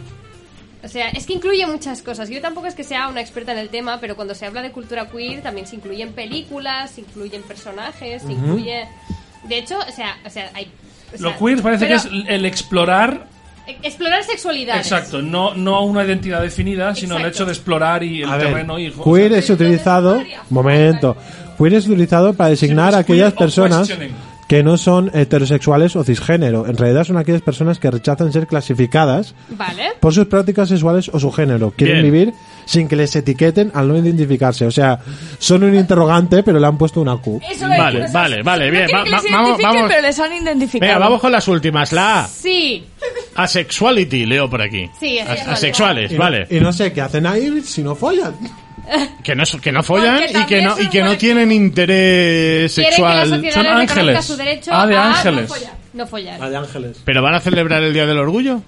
[SPEAKER 4] O sea, es que incluye muchas cosas. Yo tampoco es que sea una experta en el tema, pero cuando se habla de cultura queer también se incluyen películas, se incluyen personajes, se incluye... De hecho, o sea, o sea hay... o
[SPEAKER 6] Lo
[SPEAKER 4] sea,
[SPEAKER 6] queer parece que
[SPEAKER 4] pero-
[SPEAKER 6] es el explorar
[SPEAKER 4] e- Explorar sexualidades.
[SPEAKER 6] Exacto, no, no una identidad definida, sino el
[SPEAKER 4] Exacto.
[SPEAKER 6] hecho de explorar y
[SPEAKER 2] <laughs>
[SPEAKER 6] el
[SPEAKER 2] A ver,
[SPEAKER 6] terreno y
[SPEAKER 2] queer es utilizado. Momento. Queer es utilizado para designar
[SPEAKER 6] Sí,
[SPEAKER 2] a
[SPEAKER 6] es queer
[SPEAKER 2] aquellas
[SPEAKER 6] o
[SPEAKER 2] personas
[SPEAKER 6] questioning.
[SPEAKER 2] que no son heterosexuales o cisgénero. En realidad son aquellas personas que rechazan ser clasificadas
[SPEAKER 4] Vale.
[SPEAKER 2] por sus prácticas sexuales o su género. Quieren
[SPEAKER 1] Bien.
[SPEAKER 2] vivir sin que les etiqueten al no identificarse. O sea, son un interrogante, pero le han puesto una Q.
[SPEAKER 3] Eso es.
[SPEAKER 1] Vale, vale, vale, bien.
[SPEAKER 3] no
[SPEAKER 1] va-
[SPEAKER 3] quieren que
[SPEAKER 1] va-
[SPEAKER 3] les
[SPEAKER 1] vamos,
[SPEAKER 3] identifiquen,
[SPEAKER 1] vamos.
[SPEAKER 3] pero les han identificado.
[SPEAKER 1] Venga, vamos con las últimas. La A.
[SPEAKER 4] Sí.
[SPEAKER 1] Asexuality, leo por aquí.
[SPEAKER 4] Sí,
[SPEAKER 1] As-
[SPEAKER 4] asexual.
[SPEAKER 1] asexuales,
[SPEAKER 2] Y no-
[SPEAKER 1] vale.
[SPEAKER 2] Y no sé qué hacen ahí si no follan.
[SPEAKER 1] Que no, que no follan
[SPEAKER 4] Porque
[SPEAKER 1] y que
[SPEAKER 4] también
[SPEAKER 1] no,
[SPEAKER 4] son
[SPEAKER 1] y que no
[SPEAKER 4] guay.
[SPEAKER 1] tienen interés
[SPEAKER 4] Quieren que la
[SPEAKER 1] sexual.
[SPEAKER 4] sociedad
[SPEAKER 6] Son
[SPEAKER 4] les reconozca
[SPEAKER 6] ángeles.
[SPEAKER 4] su derecho
[SPEAKER 6] Ah, de
[SPEAKER 4] a
[SPEAKER 6] ángeles.
[SPEAKER 4] No follar. No follar.
[SPEAKER 2] de Ángeles.
[SPEAKER 1] ¿Pero van a celebrar el Día del Orgullo?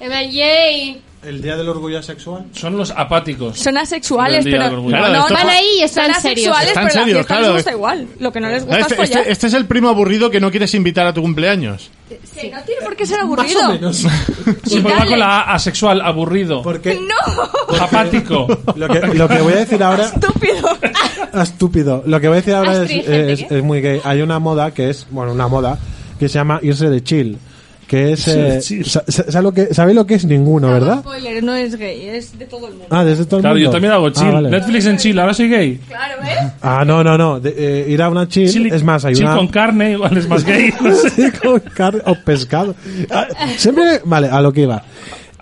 [SPEAKER 4] En plan, yay.
[SPEAKER 2] El día del orgullo sexual.
[SPEAKER 6] Son los apáticos.
[SPEAKER 3] Son asexuales,
[SPEAKER 6] Del día del
[SPEAKER 3] pero.
[SPEAKER 6] orgullo.
[SPEAKER 1] Claro,
[SPEAKER 3] no,
[SPEAKER 1] esto-
[SPEAKER 3] no,
[SPEAKER 4] Van ahí y están
[SPEAKER 3] son
[SPEAKER 4] serios.
[SPEAKER 3] asexuales,
[SPEAKER 1] Están
[SPEAKER 3] pero la
[SPEAKER 1] serios,
[SPEAKER 3] fiesta
[SPEAKER 1] claro.
[SPEAKER 3] les gusta igual. Lo que no les gusta
[SPEAKER 1] Este,
[SPEAKER 3] es follar.
[SPEAKER 1] este- este es el primo aburrido que no quieres invitar a tu cumpleaños.
[SPEAKER 3] Que no tiene por qué ser
[SPEAKER 2] Más
[SPEAKER 3] aburrido.
[SPEAKER 2] o menos.
[SPEAKER 6] Sí, porque va con la A, asexual, aburrido,
[SPEAKER 2] Porque
[SPEAKER 3] No, <laughs>
[SPEAKER 2] <laughs>
[SPEAKER 6] apático.
[SPEAKER 2] lo que, lo que voy a decir
[SPEAKER 4] <laughs>
[SPEAKER 2] ahora
[SPEAKER 3] estúpido.
[SPEAKER 1] <laughs>
[SPEAKER 2] Ah, Estúpido. Lo que voy a decir ahora es,
[SPEAKER 4] Astringente,
[SPEAKER 2] es-
[SPEAKER 4] ¿qué?
[SPEAKER 2] es muy gay. Hay una moda que es, bueno, una moda que se llama irse de chill. Que es.
[SPEAKER 6] Irse de
[SPEAKER 2] eh,
[SPEAKER 6] chill.
[SPEAKER 2] sa- sa- ¿sabe lo que, ¿Sabéis lo que es ninguno, verdad?
[SPEAKER 3] Spoiler, no es gay, es de todo el mundo.
[SPEAKER 2] Ah, desde todo el
[SPEAKER 6] Claro,
[SPEAKER 2] mundo.
[SPEAKER 6] yo también hago chill.
[SPEAKER 2] Ah, vale.
[SPEAKER 6] Netflix en chill, ahora soy gay.
[SPEAKER 3] Claro, ¿ves?
[SPEAKER 2] Ah, no, no, no. De- eh, ir a una chill.
[SPEAKER 6] Chill, y-
[SPEAKER 2] es más, hay
[SPEAKER 6] chill
[SPEAKER 2] una. <laughs>
[SPEAKER 6] con carne, igual es más gay. no sé.
[SPEAKER 2] Sí, con carne o pescado. Ah, Siempre. Vale, a lo que iba.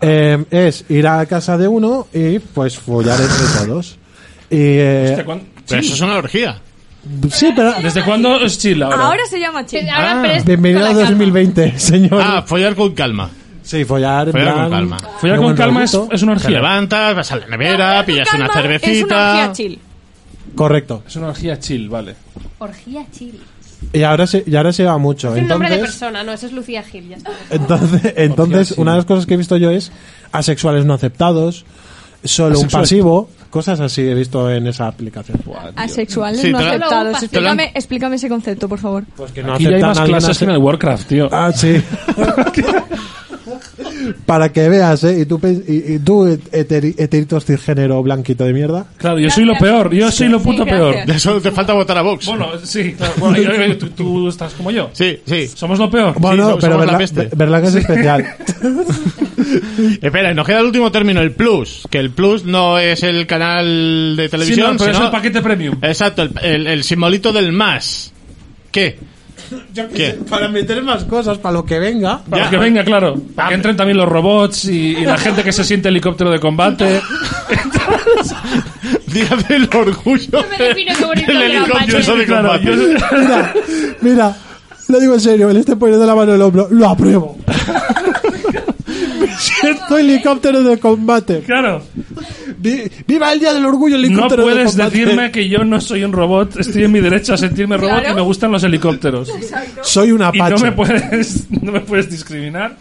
[SPEAKER 2] Eh, es ir a casa de uno y pues follar entre todos. Y, eh,
[SPEAKER 6] Hostia, ¿cuán-
[SPEAKER 1] Pero
[SPEAKER 6] chill?
[SPEAKER 1] eso es una orgía.
[SPEAKER 2] sí, pero.
[SPEAKER 6] ¿Desde cuándo es chill ahora?
[SPEAKER 3] Ahora se llama chill.
[SPEAKER 4] Ahora, pero es
[SPEAKER 2] Bienvenido a
[SPEAKER 4] con la calma.
[SPEAKER 2] 2020, señor.
[SPEAKER 1] Ah, follar con calma.
[SPEAKER 2] Sí, follar, en
[SPEAKER 1] Follar con
[SPEAKER 2] plan-
[SPEAKER 1] calma.
[SPEAKER 6] Follar
[SPEAKER 2] Luego
[SPEAKER 6] con
[SPEAKER 2] en
[SPEAKER 6] calma es,
[SPEAKER 2] rollito.
[SPEAKER 6] es una
[SPEAKER 1] Te
[SPEAKER 6] orgía.
[SPEAKER 1] levantas, vas a la nevera,
[SPEAKER 3] Con
[SPEAKER 1] pillas
[SPEAKER 3] calma,
[SPEAKER 1] una cervecita.
[SPEAKER 3] Es una orgía chill.
[SPEAKER 2] Correcto.
[SPEAKER 6] Es una orgía chill, vale.
[SPEAKER 7] Orgía chile.
[SPEAKER 2] Y ahora se, y ahora se va mucho.
[SPEAKER 4] Es un nombre de
[SPEAKER 2] Entonces,
[SPEAKER 4] persona, no, eso es Lucía Gil, ya está.
[SPEAKER 1] <laughs>
[SPEAKER 2] entonces, entonces
[SPEAKER 6] Hostia, sí.
[SPEAKER 2] una de las cosas que he visto yo es asexuales no aceptados, solo un
[SPEAKER 6] Asexuales.
[SPEAKER 2] pasivo, cosas así he visto en esa aplicación.
[SPEAKER 3] Asexuales
[SPEAKER 1] Sí,
[SPEAKER 3] no
[SPEAKER 1] te lo-
[SPEAKER 3] aceptados.
[SPEAKER 1] te lo han-
[SPEAKER 3] Explícame, explícame ese concepto, por favor.
[SPEAKER 2] Pues que
[SPEAKER 6] Aquí ya hay
[SPEAKER 2] aceptan
[SPEAKER 6] más
[SPEAKER 2] a alguien
[SPEAKER 6] clases que
[SPEAKER 2] ase-
[SPEAKER 6] en el Warcraft, tío.
[SPEAKER 2] Ah,
[SPEAKER 1] <laughs>
[SPEAKER 2] sí. Para que veas, ¿eh? Y tú, pe- y, y tú heteri- heterito cisgénero blanquito de mierda.
[SPEAKER 6] Claro, yo soy lo peor, yo soy lo puto peor.
[SPEAKER 3] gracias.
[SPEAKER 1] De eso te falta votar a Vox.
[SPEAKER 6] Bueno, sí, claro. Bueno, yo- yo- tú, tú estás como yo.
[SPEAKER 1] Sí, sí.
[SPEAKER 6] Somos lo peor.
[SPEAKER 2] Bueno,
[SPEAKER 1] somos
[SPEAKER 2] pero
[SPEAKER 1] la
[SPEAKER 2] verdad,
[SPEAKER 1] peste.
[SPEAKER 2] ve- verdad que
[SPEAKER 1] <laughs>
[SPEAKER 2] es especial.
[SPEAKER 1] Espera, y nos queda el último término, el Plus. Que el Plus no es el canal de
[SPEAKER 6] Sí, no,
[SPEAKER 1] televisión,
[SPEAKER 6] pero es
[SPEAKER 1] sino-
[SPEAKER 6] el paquete premium.
[SPEAKER 1] Exacto, el, el- el simbolito del más. ¿Qué? ¿Qué? <laughs>
[SPEAKER 2] Para meter más cosas, para lo que venga.
[SPEAKER 6] Para
[SPEAKER 1] Ya.
[SPEAKER 6] que venga, claro. Para que entren también los robots y,
[SPEAKER 2] <laughs>
[SPEAKER 6] y la gente que se siente helicóptero de combate.
[SPEAKER 1] Día del orgullo.
[SPEAKER 4] Yo <laughs> me defino <laughs> como un
[SPEAKER 1] del
[SPEAKER 4] helicóptero de
[SPEAKER 1] helicóptero
[SPEAKER 4] combate.
[SPEAKER 1] de
[SPEAKER 6] Claro,
[SPEAKER 1] combate.
[SPEAKER 6] yo-
[SPEAKER 2] Mira, mira, lo digo en serio, le estoy poniendo la mano en el hombro, lo
[SPEAKER 6] <laughs>
[SPEAKER 2] apruebo. Siento helicóptero de combate.
[SPEAKER 6] claro.
[SPEAKER 2] Vi- ¡Viva el día del orgullo
[SPEAKER 6] No
[SPEAKER 2] helicóptero de
[SPEAKER 6] puedes
[SPEAKER 2] combate!
[SPEAKER 6] decirme que yo no soy un robot. Estoy en mi derecho a sentirme robot
[SPEAKER 3] Claro.
[SPEAKER 6] y me gustan los helicópteros.
[SPEAKER 2] Soy un
[SPEAKER 6] Y no
[SPEAKER 2] apache.
[SPEAKER 6] me puedes, <laughs> no me puedes discriminar.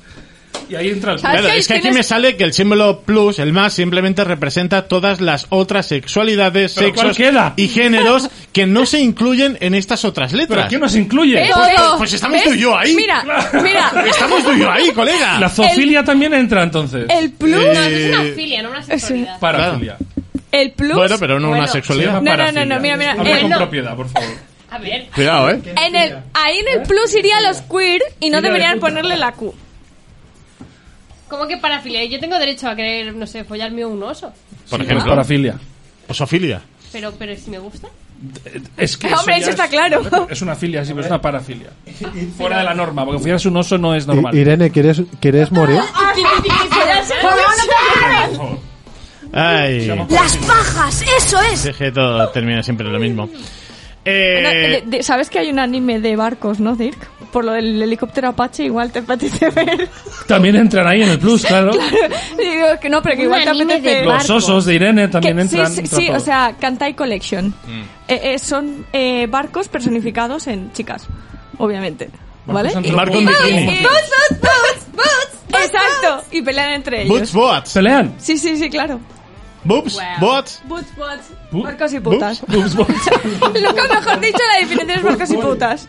[SPEAKER 6] Y ahí entra el.
[SPEAKER 3] ¿Sabes?
[SPEAKER 1] Claro,
[SPEAKER 3] que
[SPEAKER 1] es que aquí
[SPEAKER 3] tienes-
[SPEAKER 1] me sale que el símbolo plus, el más, simplemente representa todas las otras sexualidades,
[SPEAKER 6] ¿Pero cuál
[SPEAKER 1] sexos
[SPEAKER 6] queda?
[SPEAKER 1] y géneros que no se incluyen en estas otras
[SPEAKER 6] ¿Pero
[SPEAKER 1] letras.
[SPEAKER 6] quién nos incluye?
[SPEAKER 3] Pero-
[SPEAKER 1] pues- pues estamos
[SPEAKER 3] ¿ves?
[SPEAKER 1] tú y yo ahí.
[SPEAKER 3] Mira, mira.
[SPEAKER 1] Estamos tú y yo ahí, colega.
[SPEAKER 6] La zoofilia también entra entonces.
[SPEAKER 3] El plus.
[SPEAKER 4] No, eso es una <laughs>
[SPEAKER 1] Eh,
[SPEAKER 4] filia, no una sexualidad.
[SPEAKER 6] Parafilia.
[SPEAKER 3] El plus.
[SPEAKER 1] Bueno, pero no
[SPEAKER 4] Bueno,
[SPEAKER 1] una sexualidad.
[SPEAKER 3] No, no, no, no, mira, mira,
[SPEAKER 6] Habla
[SPEAKER 3] eh,
[SPEAKER 6] con
[SPEAKER 3] no.
[SPEAKER 6] propiedad, por favor.
[SPEAKER 4] A ver,
[SPEAKER 1] Cuidado, eh.
[SPEAKER 3] En el, ahí en el plus iría los queer y no
[SPEAKER 6] Mira,
[SPEAKER 3] deberían
[SPEAKER 6] puta.
[SPEAKER 3] ponerle la Q.
[SPEAKER 4] ¿cómo que parafilia? Yo tengo derecho a querer, no sé, follarme a un oso.
[SPEAKER 1] Por
[SPEAKER 6] Sí,
[SPEAKER 1] ejemplo,
[SPEAKER 6] pues parafilia.
[SPEAKER 1] osofilia.
[SPEAKER 4] Pero, pero si me <laughs> gusta.
[SPEAKER 6] Es que
[SPEAKER 3] Hombre,
[SPEAKER 6] ya
[SPEAKER 3] eso está
[SPEAKER 6] es-
[SPEAKER 3] claro.
[SPEAKER 6] Es una filia, sí, pero es una parafilia. Fuera de la norma, porque follarse un oso no es normal.
[SPEAKER 2] I- Irene, ¿quieres, ¿quieres morir?
[SPEAKER 6] Por favor.
[SPEAKER 1] Ay,
[SPEAKER 7] Las pajas, eso es.
[SPEAKER 1] es que todo termina siempre lo mismo. Eh,
[SPEAKER 3] Bueno, de- de- ¿Sabes que hay un anime de barcos, no, Dirk? Por lo del helicóptero Apache, igual te apetece <laughs> ver.
[SPEAKER 6] También entran ahí en el plus, claro.
[SPEAKER 3] Digo que no, pero que
[SPEAKER 7] Un
[SPEAKER 3] igual te
[SPEAKER 7] anime
[SPEAKER 3] apetece.
[SPEAKER 7] de
[SPEAKER 6] Los osos de Irene también
[SPEAKER 3] Que-
[SPEAKER 6] entran.
[SPEAKER 3] sí, sí,
[SPEAKER 6] entra
[SPEAKER 3] sí,
[SPEAKER 6] todo.
[SPEAKER 3] o sea, Kantai Collection.
[SPEAKER 1] Mm.
[SPEAKER 3] Eh, eh, son eh, barcos personificados en chicas, obviamente. ¿Vale? Y-
[SPEAKER 6] Barcos
[SPEAKER 1] Barco en
[SPEAKER 6] antropomorfos.
[SPEAKER 1] bikini.
[SPEAKER 3] Exacto. Y y pelean entre
[SPEAKER 1] Boots
[SPEAKER 3] ellos.
[SPEAKER 1] Boats.
[SPEAKER 6] ¿Pelean?
[SPEAKER 3] Sí, sí, sí, claro.
[SPEAKER 1] Boots
[SPEAKER 4] Wow.
[SPEAKER 1] Boats.
[SPEAKER 4] Boots, bots.
[SPEAKER 6] Bu-
[SPEAKER 3] Barcos y putas.
[SPEAKER 1] Boots Boots
[SPEAKER 6] <laughs>
[SPEAKER 3] <laughs>
[SPEAKER 1] Boats.
[SPEAKER 3] Lo que mejor dicho, la definición es barcos y putas.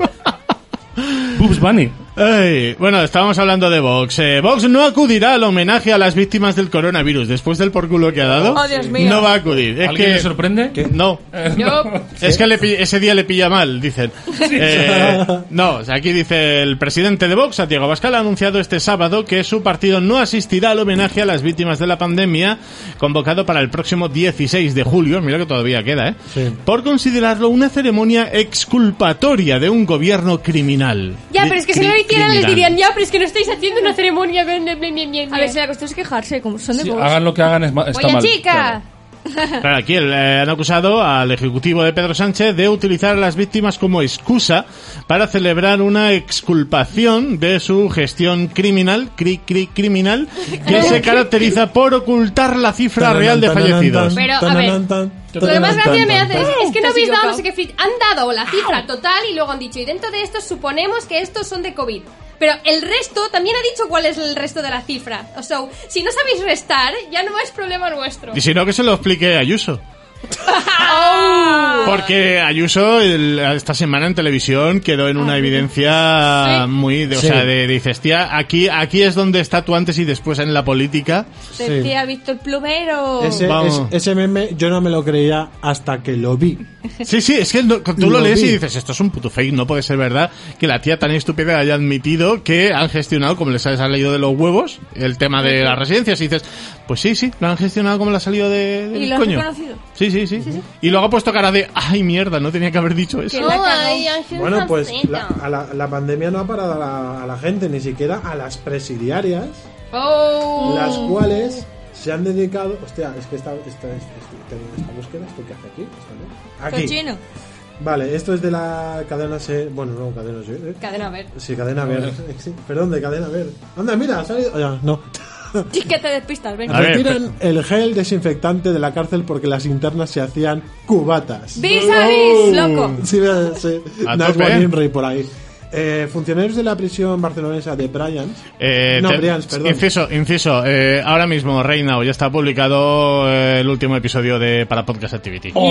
[SPEAKER 6] Boobs Bunny.
[SPEAKER 1] Ay, bueno, estábamos hablando de Vox. Eh, Vox no acudirá al homenaje a las víctimas del coronavirus. Después del por culo que ha dado,
[SPEAKER 3] Oh, Dios mío.
[SPEAKER 1] no va a acudir. Es
[SPEAKER 6] ¿Alguien
[SPEAKER 1] que...
[SPEAKER 6] le sorprende? Eh,
[SPEAKER 1] No.
[SPEAKER 4] Yo,
[SPEAKER 1] Es que le pi- ese día le pilla mal, dicen. Eh, no, o sea, aquí dice el presidente de Vox, Santiago Abascal, ha anunciado este sábado que su partido no asistirá al homenaje a las víctimas de la pandemia convocado para el próximo 16 de julio. Mira que todavía queda, ¿eh?
[SPEAKER 2] Sí.
[SPEAKER 1] Por considerarlo una ceremonia exculpatoria de un gobierno criminal.
[SPEAKER 4] ya,
[SPEAKER 1] Di-
[SPEAKER 4] pero es que si
[SPEAKER 1] cri-
[SPEAKER 4] no lo hicieran les
[SPEAKER 1] criminal.
[SPEAKER 4] dirían, ya, pero es que no estáis haciendo una ceremonia. Bien, bien, bien, bien, bien.
[SPEAKER 3] A ver, si la cuestión es quejarse, como son de
[SPEAKER 6] Sí,
[SPEAKER 3] Vox.
[SPEAKER 6] hagan lo que hagan, es ma- está
[SPEAKER 4] Oye,
[SPEAKER 6] mal.
[SPEAKER 4] chica.
[SPEAKER 1] Claro, aquí el, eh, han acusado al ejecutivo de Pedro Sánchez de utilizar a las víctimas como excusa para celebrar una exculpación de su gestión criminal, cri, cri, criminal, que se caracteriza por ocultar la cifra real de fallecidos.
[SPEAKER 4] Pero, a ver, Lo que más gracia me hace es, es que
[SPEAKER 3] Te
[SPEAKER 4] no
[SPEAKER 3] has
[SPEAKER 4] habéis dado no
[SPEAKER 3] equivocado.
[SPEAKER 4] sé qué fli- Han dado la cifra total y luego han dicho, y dentro de estos suponemos que estos son de COVID. Pero el resto también ha dicho cuál es el resto de la cifra. O sea, si no sabéis restar, ya no es problema nuestro.
[SPEAKER 1] Y si no, que se lo explique Ayuso. Porque Ayuso el- esta semana en televisión quedó en una evidencia muy... de- o
[SPEAKER 2] Sí.
[SPEAKER 1] sea, de, dices, tía, aquí, aquí es donde está tu antes y después en la política.
[SPEAKER 3] Decía Víctor Plumero.
[SPEAKER 2] Ese,
[SPEAKER 1] Vamos.
[SPEAKER 2] es- ese meme yo no me lo creía hasta que lo vi.
[SPEAKER 1] Sí, sí, es que no- tú lo
[SPEAKER 2] Lo
[SPEAKER 1] lees
[SPEAKER 2] vi.
[SPEAKER 1] y dices, esto es un puto fake, no puede ser verdad que la tía tan estúpida haya admitido que han gestionado, como les ha salido de los huevos, el tema de las residencias. Y dices, pues sí, sí, lo han gestionado como le ha salido de, del
[SPEAKER 3] Y lo has
[SPEAKER 1] coño.
[SPEAKER 3] reconocido.
[SPEAKER 1] Sí, sí, sí, Y luego ha puesto cara de, ay mierda, no tenía que haber dicho eso.
[SPEAKER 3] Que la cagó.
[SPEAKER 2] Bueno, pues la, a la, la pandemia no ha parado a la, a la gente, ni siquiera a las presidiarias,
[SPEAKER 4] Oh.
[SPEAKER 2] las cuales se han dedicado. Hostia, es que esta, esta, esta- tengo esta búsqueda, ¿esto qué hace aquí? Esta, ¿no? Aquí.
[SPEAKER 3] Cochino.
[SPEAKER 2] Vale, esto es de la cadena C. Bueno, no, cadena C. ¿eh?
[SPEAKER 4] Cadena, a ver.
[SPEAKER 2] Sí, cadena ver. Sí, perdón, de cadena ver. Anda, mira, ha salido. ya, no.
[SPEAKER 3] Sí que te despistas, venga.
[SPEAKER 1] A ver,
[SPEAKER 2] Retiran el gel desinfectante de la cárcel porque las internas se hacían cubatas.
[SPEAKER 3] Vis a
[SPEAKER 1] Oh.
[SPEAKER 3] vis, loco.
[SPEAKER 2] Sí, mira, sí.
[SPEAKER 1] A
[SPEAKER 2] Nice
[SPEAKER 1] tope.
[SPEAKER 2] one, Henry, por ahí. Eh, funcionarios de la prisión barcelonesa de Brian.
[SPEAKER 1] Eh,
[SPEAKER 2] no,
[SPEAKER 1] te-
[SPEAKER 2] Brian, perdón.
[SPEAKER 1] Inciso, inciso. eh, ahora mismo, Reina, ya está publicado eh, el último episodio de Para Podcast Activity.
[SPEAKER 3] Oh.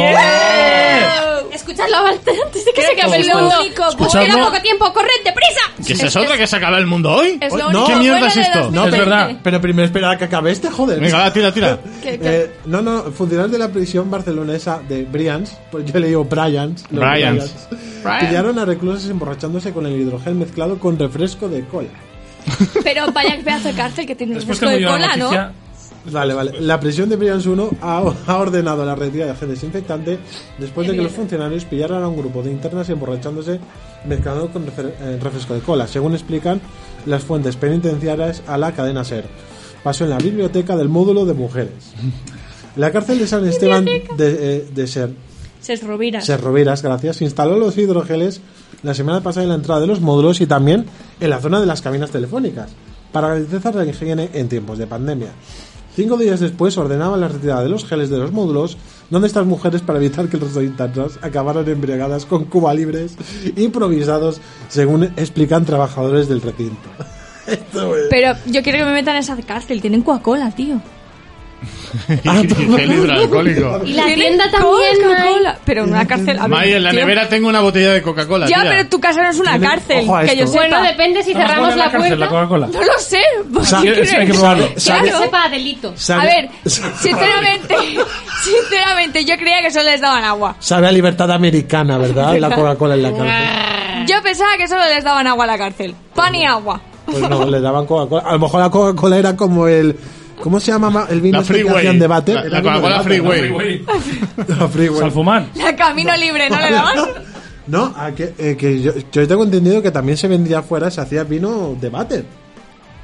[SPEAKER 4] Escuchadlo Walter, antes de que se acabe el
[SPEAKER 3] lo
[SPEAKER 4] mundo.
[SPEAKER 3] único
[SPEAKER 4] Pues
[SPEAKER 6] bueno-
[SPEAKER 4] queda poco tiempo, corred deprisa.
[SPEAKER 1] ¿Que esa es otra que se acaba el mundo hoy?
[SPEAKER 3] Es lo
[SPEAKER 2] No.
[SPEAKER 3] único
[SPEAKER 1] ¿Qué mierda
[SPEAKER 3] bueno
[SPEAKER 1] es
[SPEAKER 3] de
[SPEAKER 1] esto?
[SPEAKER 3] 2020.
[SPEAKER 6] No, es verdad.
[SPEAKER 2] Pero primero espera a que acabe este, joder.
[SPEAKER 1] Venga, va, tira, tira.
[SPEAKER 3] Que- que-
[SPEAKER 2] Eh, no, no, funcionarios de la prisión barcelonesa de Brians, pues yo le digo Brians, los
[SPEAKER 1] Bryans.
[SPEAKER 2] Bryans, pillaron a reclusos emborrachándose con el hidrogel mezclado con refresco de cola.
[SPEAKER 3] Pero vaya pedazo de cárcel que tiene el
[SPEAKER 6] Después
[SPEAKER 3] resto
[SPEAKER 6] que me
[SPEAKER 3] de
[SPEAKER 6] dio la
[SPEAKER 3] cola, ¿no?
[SPEAKER 6] noticia,
[SPEAKER 2] Vale, vale. La prisión de Brians 1 ha, ha ordenado la retirada de gel desinfectante después de que los funcionarios pillaran a un grupo de internas emborrachándose mezclado con refer- eh, refresco de cola, según explican las fuentes penitenciarias a la cadena SER. Pasó en la biblioteca del módulo de mujeres. La cárcel de San Esteban de, eh, de SER
[SPEAKER 3] Se robiras.
[SPEAKER 2] Serroveras, gracias. Instaló los hidrogeles la semana pasada en la entrada de los módulos y también en la zona de las cabinas telefónicas, para garantizar la higiene en tiempos de pandemia. Cinco días después ordenaban la retirada de los geles de los módulos, donde estas mujeres para evitar que los internos acabaran embriagadas con cuba libres improvisados, según explican trabajadores del recinto. Esto es-
[SPEAKER 3] Pero yo quiero que me metan a esa cárcel. Tienen Coca-Cola, tío. Ah,
[SPEAKER 1] <laughs> Gel hidroalcohólico.
[SPEAKER 4] Y la
[SPEAKER 3] Tienen
[SPEAKER 4] tienda también,
[SPEAKER 3] Coca-Cola. Pero en una cárcel. a ver,
[SPEAKER 1] May, en la
[SPEAKER 3] tío.
[SPEAKER 1] nevera tengo una botella de Coca-Cola.
[SPEAKER 3] Ya,
[SPEAKER 1] tía.
[SPEAKER 3] pero tu casa no es una
[SPEAKER 2] Tienen-
[SPEAKER 3] cárcel.
[SPEAKER 2] ojo a
[SPEAKER 3] que yo
[SPEAKER 2] esto.
[SPEAKER 3] sepa.
[SPEAKER 4] Bueno, depende si
[SPEAKER 6] No nos
[SPEAKER 4] cerramos
[SPEAKER 6] pone
[SPEAKER 4] la
[SPEAKER 6] la cárcel, la
[SPEAKER 4] puerta.
[SPEAKER 6] Coca-Cola.
[SPEAKER 3] No lo sé. ¿por
[SPEAKER 2] Sa-
[SPEAKER 3] qué
[SPEAKER 2] es- hay que
[SPEAKER 3] crees?
[SPEAKER 2] probarlo.
[SPEAKER 4] Ya que
[SPEAKER 3] Claro.
[SPEAKER 4] sepa a delito.
[SPEAKER 3] A
[SPEAKER 2] Sabe-
[SPEAKER 3] ver, sinceramente, <laughs> sinceramente, yo creía que solo les daban agua.
[SPEAKER 2] Sabe a libertad americana, ¿verdad? La Coca-Cola en la cárcel.
[SPEAKER 3] Yo pensaba que solo les daban agua a la cárcel. Pan y agua.
[SPEAKER 2] Pues no, le daban Coca-Cola. A lo mejor la Coca-Cola era como el. ¿Cómo se llama ma- el vino
[SPEAKER 1] La
[SPEAKER 2] este que
[SPEAKER 1] Freeway.
[SPEAKER 2] hacían de váter?
[SPEAKER 1] La-
[SPEAKER 2] Era
[SPEAKER 1] la
[SPEAKER 2] como de
[SPEAKER 1] Coca-Cola
[SPEAKER 2] váter, ¿no?
[SPEAKER 1] Freeway.
[SPEAKER 6] güey,
[SPEAKER 2] La Freeway.
[SPEAKER 6] Salfumán.
[SPEAKER 3] La camino libre, ¿no le daban?
[SPEAKER 2] No, a que, eh, que yo, yo tengo entendido que también se vendía afuera, se hacía vino de váter.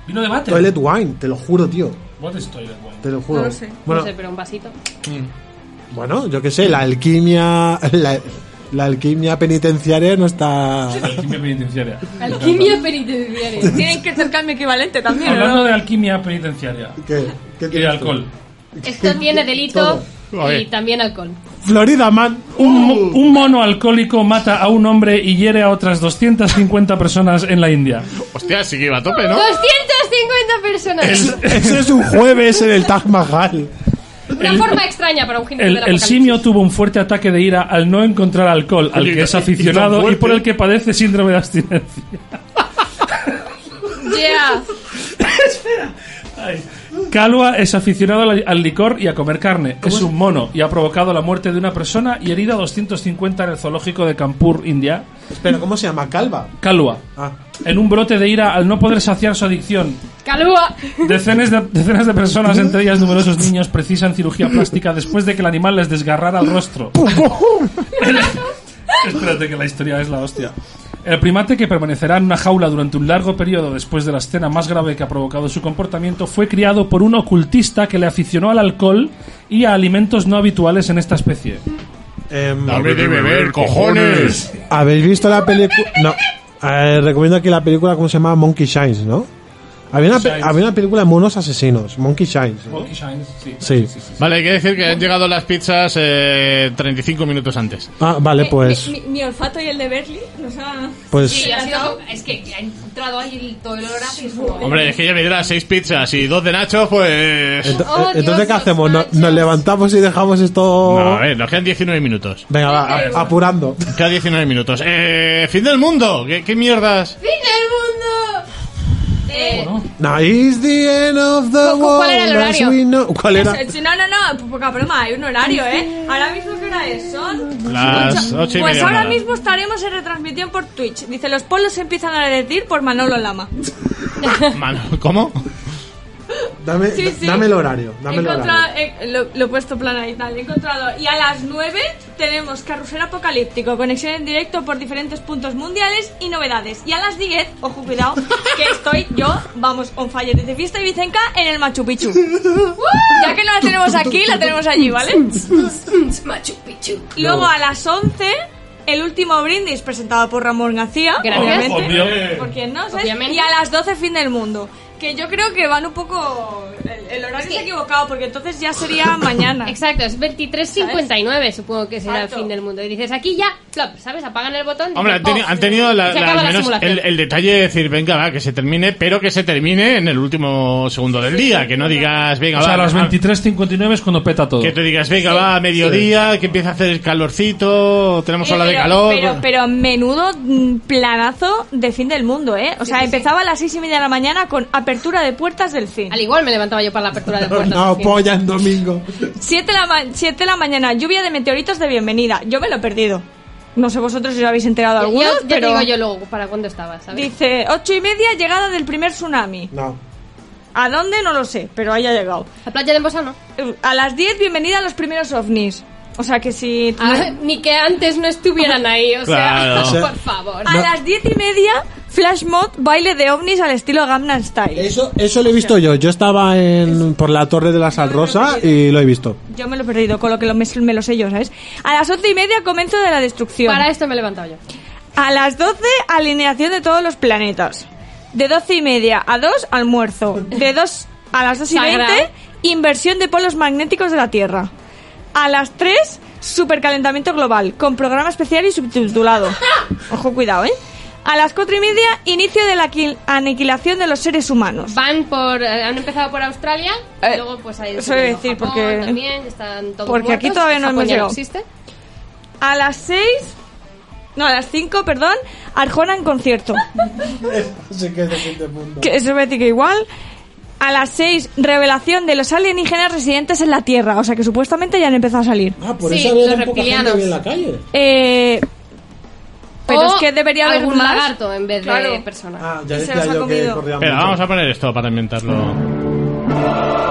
[SPEAKER 6] Vino de bate.
[SPEAKER 2] Toilet wine, te lo juro, tío.
[SPEAKER 6] What is toilet, güey?
[SPEAKER 2] Te lo juro.
[SPEAKER 3] No lo sé.
[SPEAKER 2] Bueno,
[SPEAKER 4] No sé, pero un vasito.
[SPEAKER 2] bueno, yo qué sé, la alquimia. La, la alquimia penitenciaria no está.
[SPEAKER 6] Alquimia penitenciaria.
[SPEAKER 4] Alquimia penitenciaria.
[SPEAKER 3] Tienen que hacer cambio equivalente también, ¿o
[SPEAKER 6] Hablando
[SPEAKER 3] ¿no?
[SPEAKER 6] de alquimia penitenciaria
[SPEAKER 2] ¿Qué? ¿Qué
[SPEAKER 6] y de alcohol.
[SPEAKER 4] Esto tiene delito
[SPEAKER 1] Todo.
[SPEAKER 4] y también alcohol.
[SPEAKER 2] Florida Man.
[SPEAKER 6] Un, mo- un mono alcohólico mata a un hombre y hiere a otras 250 personas en la India.
[SPEAKER 1] Hostia, sí que iba a tope, ¿no?
[SPEAKER 4] ¡250! 150 personas.
[SPEAKER 2] Ese es un jueves en el Taj Mahal.
[SPEAKER 4] Una
[SPEAKER 6] el-
[SPEAKER 4] forma extraña para un jinete
[SPEAKER 6] El,
[SPEAKER 4] del
[SPEAKER 6] el
[SPEAKER 4] apocalipsis.
[SPEAKER 6] simio tuvo un fuerte ataque de ira al no encontrar alcohol, al
[SPEAKER 1] Oye,
[SPEAKER 6] que es
[SPEAKER 1] y- y tan
[SPEAKER 6] aficionado y,
[SPEAKER 1] fuerte.
[SPEAKER 6] por el que padece síndrome de abstinencia.
[SPEAKER 4] Yeah.
[SPEAKER 6] Calua es aficionado al, al licor y a comer carne. Es un mono y ha provocado la muerte de una persona y herida a 250 en el zoológico de Kanpur, India.
[SPEAKER 2] Pero ¿cómo se llama? Calva.
[SPEAKER 6] Calua,
[SPEAKER 2] Ah.
[SPEAKER 6] en un brote de ira al no poder saciar su adicción,
[SPEAKER 4] Calúa.
[SPEAKER 6] Decenas de, decenas de personas, entre ellas numerosos niños, precisan cirugía plástica después de que el animal les desgarrara el rostro. Espérate que la historia es la hostia. El primate que permanecerá en una jaula durante un largo periodo después de la escena más grave que ha provocado su comportamiento fue criado por un ocultista que le aficionó al alcohol y a alimentos no habituales en esta especie.
[SPEAKER 2] Em,
[SPEAKER 1] de beber, cojones.
[SPEAKER 2] ¿Habéis visto la película? No. Eh, recomiendo aquí la película, ¿cómo se llama? Monkey Shines, ¿no? Había una, pe-
[SPEAKER 6] Shines.
[SPEAKER 2] había una película de monos asesinos, Monkey Shines. ¿no? Sí.
[SPEAKER 1] Vale, hay que decir que han llegado las pizzas eh, 35 minutos antes.
[SPEAKER 2] Ah, vale,
[SPEAKER 3] Eh,
[SPEAKER 2] pues.
[SPEAKER 3] Mi, mi- mi olfato y el de Berly nos ha...
[SPEAKER 2] pues
[SPEAKER 4] Sí, ha sido, es que ha entrado ahí todo el olor ácido, es como-
[SPEAKER 1] Hombre, es que ya me dirás 6 pizzas y 2 de nachos, pues...
[SPEAKER 2] ento-
[SPEAKER 4] Oh,
[SPEAKER 2] entonces,
[SPEAKER 4] Dios,
[SPEAKER 2] ¿qué
[SPEAKER 4] los
[SPEAKER 2] hacemos? ¿No-
[SPEAKER 4] nachos.
[SPEAKER 2] ¿Nos levantamos y dejamos esto.?
[SPEAKER 1] No, eh. a ver, nos quedan 19 minutos.
[SPEAKER 2] Venga, va, a- apurando.
[SPEAKER 1] Quedan 19 minutos. Eh, fin del mundo. ¿Qué, qué mierdas?
[SPEAKER 4] ¡Fin del mundo! Eh,
[SPEAKER 2] No, it's the end of the
[SPEAKER 4] ¿Cu- cuál era el
[SPEAKER 2] world as
[SPEAKER 4] horario?
[SPEAKER 2] we know- ¿Cuál era?
[SPEAKER 3] Eso, sí, No, no, no, po- poca broma, hay un horario, ¿eh? Ahora mismo, ¿qué hora es? Son...
[SPEAKER 1] Las 8 y
[SPEAKER 3] Pues
[SPEAKER 1] media.
[SPEAKER 3] ahora
[SPEAKER 1] nada.
[SPEAKER 3] mismo estaremos en retransmisión por Twitch. Dice, los polos se empiezan a derretir por Manolo Lama.
[SPEAKER 1] Mano, ¿Cómo?
[SPEAKER 2] Dame,
[SPEAKER 3] Sí, sí.
[SPEAKER 2] dame el horario. Dame
[SPEAKER 3] He
[SPEAKER 2] el horario.
[SPEAKER 3] encontrado- eh, lo, lo he puesto plan ahí, tal, he encontrado. Y a las 9 tenemos Carrusel Apocalíptico, conexión en directo por diferentes puntos mundiales y novedades. Y a las 10, ojo cuidado, que estoy yo, vamos, on fire desde fiesta y Vicenca en el Machu
[SPEAKER 2] <laughs>
[SPEAKER 3] Picchu. Ya que no la tenemos aquí, la tenemos allí, ¿vale?
[SPEAKER 4] Machu Picchu.
[SPEAKER 3] Luego a las 11, el último brindis presentado por Ramón García.
[SPEAKER 4] Gracias.
[SPEAKER 3] Obviamente,
[SPEAKER 6] Obvio.
[SPEAKER 3] por quien no, ¿sabes?
[SPEAKER 4] Obviamente.
[SPEAKER 3] Y a las 12, fin del mundo. Que yo creo que van un poco. El, el horario
[SPEAKER 4] Es que-
[SPEAKER 3] está equivocado, porque entonces ya
[SPEAKER 4] <laughs>
[SPEAKER 3] sería mañana.
[SPEAKER 4] Exacto, es 23.59, supongo que será el
[SPEAKER 3] Exacto.
[SPEAKER 4] fin del mundo. Y dices, aquí ya, plop, ¿sabes? Apagan el botón.
[SPEAKER 1] Hombre, han
[SPEAKER 4] dicen,
[SPEAKER 1] tenido,
[SPEAKER 4] "Oh".
[SPEAKER 1] han tenido la-
[SPEAKER 4] Se
[SPEAKER 1] la-
[SPEAKER 4] acaba
[SPEAKER 1] al
[SPEAKER 4] la
[SPEAKER 1] menos el,
[SPEAKER 4] simulación.
[SPEAKER 1] el detalle de decir, venga, va, que se termine, pero que se termine en el último segundo del día. Que no digas, venga,
[SPEAKER 6] O sea,
[SPEAKER 1] va.
[SPEAKER 6] a las
[SPEAKER 1] a-
[SPEAKER 6] 23.59 es cuando peta todo.
[SPEAKER 1] Que te digas, venga, va, a mediodía, que empieza a hacer calorcito, tenemos
[SPEAKER 3] Eh,
[SPEAKER 1] hablar de
[SPEAKER 3] pero-
[SPEAKER 1] calor.
[SPEAKER 3] Pero, pero menudo mm, planazo de fin del mundo, ¿eh? O sea, empezaba a las seis y media de la mañana con apertura de puertas del cine.
[SPEAKER 4] Al igual me levantaba yo para la
[SPEAKER 1] <laughs>
[SPEAKER 4] apertura de puertas.
[SPEAKER 2] No,
[SPEAKER 4] así.
[SPEAKER 2] polla en
[SPEAKER 4] <laughs>
[SPEAKER 2] domingo.
[SPEAKER 3] 7 de, la ma- siete de la mañana, lluvia de meteoritos de bienvenida. Yo me lo he perdido. No sé vosotros si os habéis enterado
[SPEAKER 4] Yo- yo-
[SPEAKER 3] algunos,
[SPEAKER 4] yo
[SPEAKER 3] pero...
[SPEAKER 4] digo yo luego para cuándo estaba, ¿sabes?
[SPEAKER 3] Dice, ocho y media, llegada del primer tsunami.
[SPEAKER 2] No.
[SPEAKER 3] ¿A dónde? No lo sé, pero ahí ha llegado.
[SPEAKER 4] La playa de Embosano.
[SPEAKER 3] Eh, A las 10, bienvenida a los primeros ovnis. O sea que si...
[SPEAKER 1] <laughs>
[SPEAKER 4] Ah, ni que antes no estuvieran ahí, o sea,
[SPEAKER 1] Claro.
[SPEAKER 4] <laughs> por favor.
[SPEAKER 3] A las diez y media, flash mod, baile de ovnis al estilo Gamnan Style.
[SPEAKER 2] Eso, eso lo he visto yo. Yo estaba en, por la Torre de la Sal Rosa y lo he visto.
[SPEAKER 3] Yo me lo he perdido, con lo que lo- me, me lo sé yo, ¿sabes? A las once y media comienzo de la destrucción.
[SPEAKER 4] Para esto me he levantado yo.
[SPEAKER 3] A las doce, alineación de todos los planetas. De doce y media a dos, almuerzo. De dos a las dos y
[SPEAKER 4] Sagrado.
[SPEAKER 3] veinte, inversión de polos magnéticos de la Tierra. A las tres, supercalentamiento global, con programa especial y subtitulado. Ojo, cuidado, ¿eh? A las cuatro y media, inicio de la aquil- aniquilación de los seres humanos.
[SPEAKER 4] Van por, eh, han empezado por Australia,
[SPEAKER 3] Eh,
[SPEAKER 4] y luego pues
[SPEAKER 3] eso
[SPEAKER 4] ahí
[SPEAKER 3] iba a
[SPEAKER 4] subiendo
[SPEAKER 3] decir,
[SPEAKER 4] Japón
[SPEAKER 3] porque-
[SPEAKER 4] también, ya están todos
[SPEAKER 3] porque aquí
[SPEAKER 4] muertos,
[SPEAKER 3] todavía no
[SPEAKER 4] Japón
[SPEAKER 3] hemos
[SPEAKER 4] ya
[SPEAKER 3] llegado.
[SPEAKER 4] existe.
[SPEAKER 3] A las seis... No, a las cinco, perdón, Arjona en concierto.
[SPEAKER 2] Así que es de fin del mundo.
[SPEAKER 3] Que eso voy a decir que igual. A las 6, revelación de los alienígenas residentes en la Tierra. O sea que supuestamente ya han empezado a salir.
[SPEAKER 2] Ah, por
[SPEAKER 4] Sí,
[SPEAKER 2] eso había
[SPEAKER 4] los
[SPEAKER 2] tan poca gente
[SPEAKER 4] reptilianos.
[SPEAKER 2] hoy en la calle.
[SPEAKER 3] Eh, pero
[SPEAKER 4] O
[SPEAKER 3] es que debería haber
[SPEAKER 4] algún
[SPEAKER 3] más.
[SPEAKER 4] lagarto en vez de
[SPEAKER 3] Claro.
[SPEAKER 4] persona.
[SPEAKER 2] Ah,
[SPEAKER 3] ya Y se decía los ha yo que comido. corría
[SPEAKER 1] Espera, vamos a poner esto para inventarlo.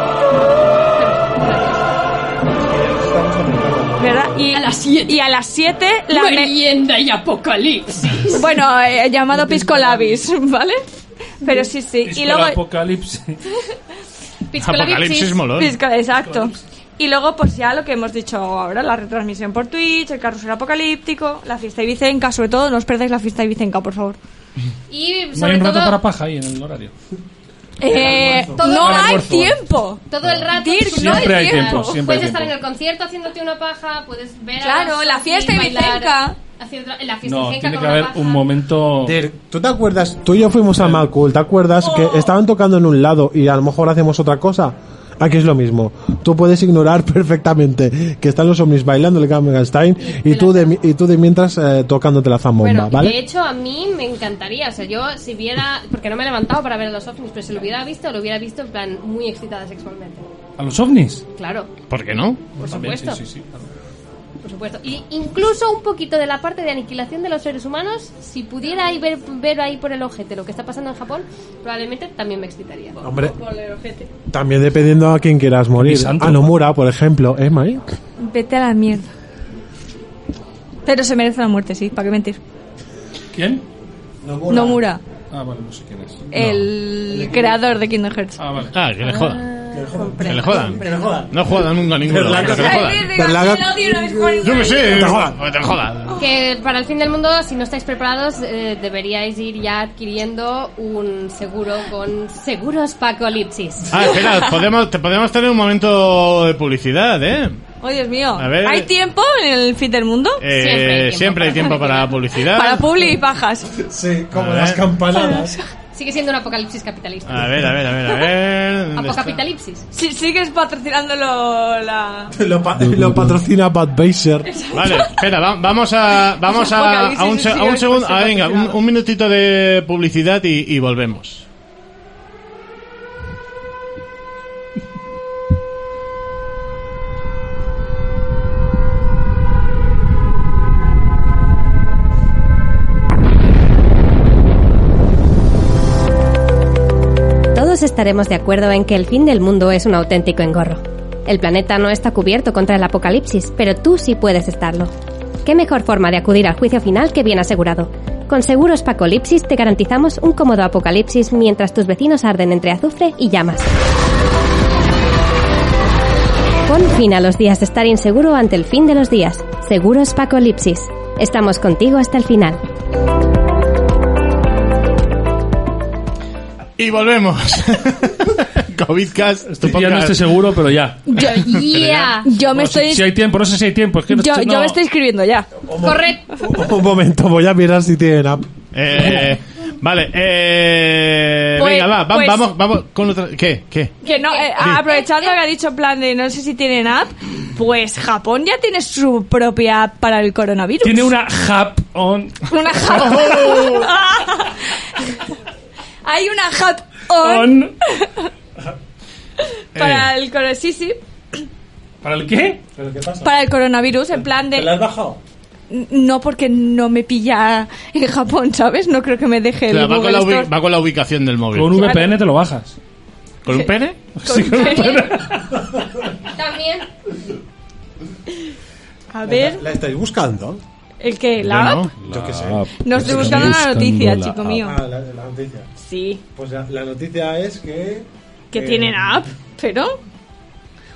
[SPEAKER 3] ¿Verdad? Y
[SPEAKER 4] A las siete.
[SPEAKER 3] Y a las 7, la me-
[SPEAKER 4] Merienda y apocalipsis.
[SPEAKER 3] Bueno, eh, llamado Pisco Labis, <laughs> ¿vale? Pero sí, sí.
[SPEAKER 6] Disco
[SPEAKER 3] Y
[SPEAKER 6] de
[SPEAKER 3] luego.
[SPEAKER 4] <laughs>
[SPEAKER 6] Apocalipsis.
[SPEAKER 1] Apocalipsis molón.
[SPEAKER 3] Pisco- exacto. Y luego, pues ya lo que hemos dicho ahora, la retransmisión por Twitch, el carrusel apocalíptico, la fiesta ibicenca, sobre todo, no os perdáis la fiesta ibicenca, por favor.
[SPEAKER 4] Y
[SPEAKER 6] No hay
[SPEAKER 4] sobre
[SPEAKER 6] un rato
[SPEAKER 4] todo, <laughs>
[SPEAKER 6] para paja ahí en el horario.
[SPEAKER 3] Eh,
[SPEAKER 4] Todo
[SPEAKER 3] no
[SPEAKER 4] el
[SPEAKER 3] hay
[SPEAKER 6] almuerzo.
[SPEAKER 3] tiempo.
[SPEAKER 4] Todo el rato.
[SPEAKER 3] Dirk,
[SPEAKER 4] tú-
[SPEAKER 3] no
[SPEAKER 6] Siempre hay
[SPEAKER 3] tiempo.
[SPEAKER 6] tiempo, siempre
[SPEAKER 4] puedes
[SPEAKER 6] hay
[SPEAKER 4] estar en
[SPEAKER 6] tiempo.
[SPEAKER 4] el concierto haciéndote una paja, puedes ver a
[SPEAKER 3] Claro,
[SPEAKER 4] los
[SPEAKER 3] la
[SPEAKER 4] Sophie
[SPEAKER 3] fiesta y
[SPEAKER 4] bailar,
[SPEAKER 3] Vicenca.
[SPEAKER 4] hacer otra- La fiesta
[SPEAKER 6] No,
[SPEAKER 4] y Vicenca
[SPEAKER 6] tiene
[SPEAKER 4] con
[SPEAKER 6] que
[SPEAKER 4] una
[SPEAKER 6] haber
[SPEAKER 4] paja.
[SPEAKER 6] un momento.
[SPEAKER 2] Dirk, ¿Tú te acuerdas? Tú y yo fuimos al Mad Cool, ¿te acuerdas? Que estaban tocando en un lado y a lo mejor hacemos otra cosa. Aquí es lo mismo. Tú puedes ignorar <laughs> perfectamente que están los ovnis bailando el Gammelstein y tú de, mi- y tú de mientras eh, tocándote la
[SPEAKER 4] Bueno,
[SPEAKER 2] zambomba,
[SPEAKER 4] y de
[SPEAKER 2] ¿vale?
[SPEAKER 4] hecho a mí me encantaría, o sea, yo si viera, porque no me he levantado para ver a los ovnis, pero si lo hubiera visto, lo hubiera visto en plan muy excitada sexualmente.
[SPEAKER 6] ¿A los ovnis?
[SPEAKER 4] Claro,
[SPEAKER 1] ¿Por qué no?
[SPEAKER 4] por
[SPEAKER 6] También,
[SPEAKER 4] supuesto,
[SPEAKER 6] sí, sí, sí.
[SPEAKER 4] por supuesto. Y incluso un poquito de la parte de aniquilación de los seres humanos, si pudiera ahí ver, ver ahí por el ojete lo que está pasando en Japón, probablemente también me excitaría.
[SPEAKER 2] Hombre, también dependiendo a quién quieras morir.
[SPEAKER 6] Santo.
[SPEAKER 2] A Nomura, por ejemplo, ¿eh, Mari?
[SPEAKER 3] Vete a la mierda. Pero se merece la muerte, sí, ¿para qué mentir?
[SPEAKER 6] ¿Quién?
[SPEAKER 3] Nomura,
[SPEAKER 6] Ah, vale, no sé quién es.
[SPEAKER 3] el creador de Kingdom Hearts.
[SPEAKER 6] Ah, vale.
[SPEAKER 1] Ah, que le jodan. Que le jodan. No jodan nunca a ninguno.
[SPEAKER 2] Pero la
[SPEAKER 1] pero Que le
[SPEAKER 2] cosa-
[SPEAKER 1] jodan.
[SPEAKER 2] Berlaga-
[SPEAKER 1] Yo me sé. Que
[SPEAKER 2] te jodan.
[SPEAKER 1] te jodan.
[SPEAKER 4] Que para el fin del mundo, si no estáis preparados, eh, deberíais ir ya adquiriendo un seguro con seguros Pacolipsis.
[SPEAKER 1] Ah, espera, podemos, te- podemos tener un momento de publicidad, ¿eh?
[SPEAKER 3] Oh, Dios mío.
[SPEAKER 1] A ver.
[SPEAKER 3] ¿Hay tiempo en el fin del mundo?
[SPEAKER 1] Eh,
[SPEAKER 4] Siempre hay tiempo
[SPEAKER 1] siempre hay
[SPEAKER 4] para-
[SPEAKER 1] tiempo para la publicidad.
[SPEAKER 3] Para publi y pajas.
[SPEAKER 2] Sí, como
[SPEAKER 3] <laughs>
[SPEAKER 1] las
[SPEAKER 2] campanadas. <laughs>
[SPEAKER 4] Sigue siendo un apocalipsis capitalista.
[SPEAKER 1] A ver, a ver, a ver, a ver. ¿dónde Ah, está?
[SPEAKER 4] Apocapitalipsis.
[SPEAKER 3] Si sigues patrocinándolo la...
[SPEAKER 2] Lo, pa- lo patrocina Bad Baser.
[SPEAKER 1] Vale, espera, va- vamos a vamos a, a un, se- a un segundo, ah, venga, un, un minutito de publicidad y, y volvemos.
[SPEAKER 4] Todos estaremos de acuerdo en que el fin del mundo es un auténtico engorro. El planeta no está cubierto contra el apocalipsis, pero tú sí puedes estarlo. ¿Qué mejor forma de acudir al juicio final que bien asegurado? Con Seguros Pacolipsis te garantizamos un cómodo apocalipsis mientras tus vecinos arden entre azufre y llamas. Pon fin a los días de estar inseguro ante el fin de los días. Seguros Pacolipsis. Estamos contigo hasta el final.
[SPEAKER 1] Y <laughs> volvemos. Covidcast, tu
[SPEAKER 6] Ya no
[SPEAKER 1] podcast.
[SPEAKER 6] estoy seguro, pero ya.
[SPEAKER 3] Yo, yo me
[SPEAKER 6] Bueno, si-
[SPEAKER 3] estoy...
[SPEAKER 6] Si hay tiempo, no sé si hay tiempo. Es que no-
[SPEAKER 3] Yo,
[SPEAKER 6] no-
[SPEAKER 3] yo me estoy escribiendo ya.
[SPEAKER 4] Correcto.
[SPEAKER 2] Un momento, voy a mirar si tienen app.
[SPEAKER 1] Eh, vale, eh,
[SPEAKER 3] Pues-
[SPEAKER 1] venga, va, va-
[SPEAKER 3] pues-
[SPEAKER 1] vamos, vamos con otra. ¿Qué? ¿Qué?
[SPEAKER 3] Que no, eh, aprovechando que ha dicho en plan de no sé si tienen app, pues Japón ya tiene su propia app para el coronavirus.
[SPEAKER 6] Tiene una hub
[SPEAKER 3] <laughs>
[SPEAKER 6] on.
[SPEAKER 3] Una Japón. <laughs> Hay una hat on
[SPEAKER 6] on-
[SPEAKER 1] Eh,
[SPEAKER 3] para el coro- sí, sí,
[SPEAKER 6] ¿Para el qué?
[SPEAKER 3] para el coronavirus en plan de
[SPEAKER 2] bajado?
[SPEAKER 3] no porque no me pilla en Japón, ¿sabes? No creo que me deje
[SPEAKER 1] O sea,
[SPEAKER 3] el
[SPEAKER 1] va, con
[SPEAKER 3] Google
[SPEAKER 1] la
[SPEAKER 3] Store.
[SPEAKER 1] ubi- va con la ubicación del móvil.
[SPEAKER 6] Con un VPN te lo bajas.
[SPEAKER 1] ¿Con un pene?
[SPEAKER 3] <laughs>
[SPEAKER 6] Sí, con un VPN.
[SPEAKER 4] También
[SPEAKER 3] A ver,
[SPEAKER 2] ¿La estáis buscando?
[SPEAKER 3] el que la
[SPEAKER 1] Yo no.
[SPEAKER 3] app.
[SPEAKER 2] Yo qué sé.
[SPEAKER 3] No estoy buscando la noticia, chico mío.
[SPEAKER 2] Ah, la, la noticia.
[SPEAKER 3] Sí,
[SPEAKER 2] Pues la, la noticia es que.
[SPEAKER 3] que
[SPEAKER 2] eh,
[SPEAKER 3] tienen app, pero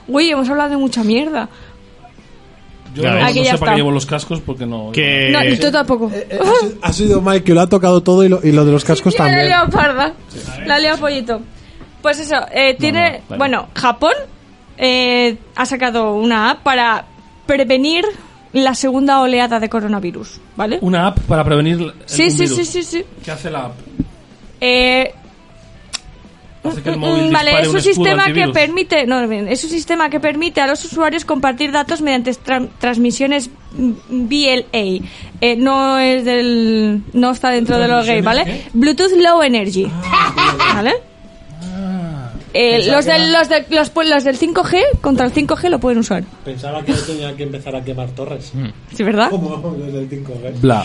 [SPEAKER 3] Uy, hemos hablado de mucha mierda.
[SPEAKER 6] Yo
[SPEAKER 1] Ya
[SPEAKER 6] no,
[SPEAKER 1] ves.
[SPEAKER 6] no
[SPEAKER 3] Aquí ya
[SPEAKER 6] sé para
[SPEAKER 3] está.
[SPEAKER 6] qué llevo los cascos porque no.
[SPEAKER 1] Que,
[SPEAKER 3] No, y tú tampoco.
[SPEAKER 2] eh, eh, ha sido- ha sido Mike que lo ha tocado todo y lo, y lo de
[SPEAKER 3] <laughs>
[SPEAKER 2] los cascos
[SPEAKER 3] Mira,
[SPEAKER 2] también.
[SPEAKER 3] La he liado parda. La he liado pollito. Pues eso, eh, tiene.
[SPEAKER 6] vale.
[SPEAKER 3] Bueno, Japón eh, ha sacado una app para prevenir la segunda oleada de coronavirus, ¿vale?
[SPEAKER 6] Una app para prevenir. el-
[SPEAKER 3] Sí,
[SPEAKER 6] un
[SPEAKER 3] sí,
[SPEAKER 6] virus.
[SPEAKER 3] sí, sí, sí.
[SPEAKER 6] ¿Qué hace la app?
[SPEAKER 3] Eh,
[SPEAKER 6] Hace que el
[SPEAKER 3] Mm, Vale,
[SPEAKER 6] móvil dispare
[SPEAKER 3] es
[SPEAKER 6] un
[SPEAKER 3] un
[SPEAKER 6] escudo
[SPEAKER 3] sistema que
[SPEAKER 6] antivirus.
[SPEAKER 3] permite, no, bien, es un sistema que permite a los usuarios compartir datos mediante tra- transmisiones mm, BLA. Eh, no es del, no está dentro de los gay, ¿vale? Bluetooth Low Energy,
[SPEAKER 6] Ah.
[SPEAKER 3] ¿vale? Eh, los, del, los, de- los, pues, los del 5G contra el 5G lo pueden usar,
[SPEAKER 2] Pensaba que tenía que empezar a quemar torres.
[SPEAKER 3] ¿sí verdad?
[SPEAKER 2] Como los del 5G.
[SPEAKER 6] Bla.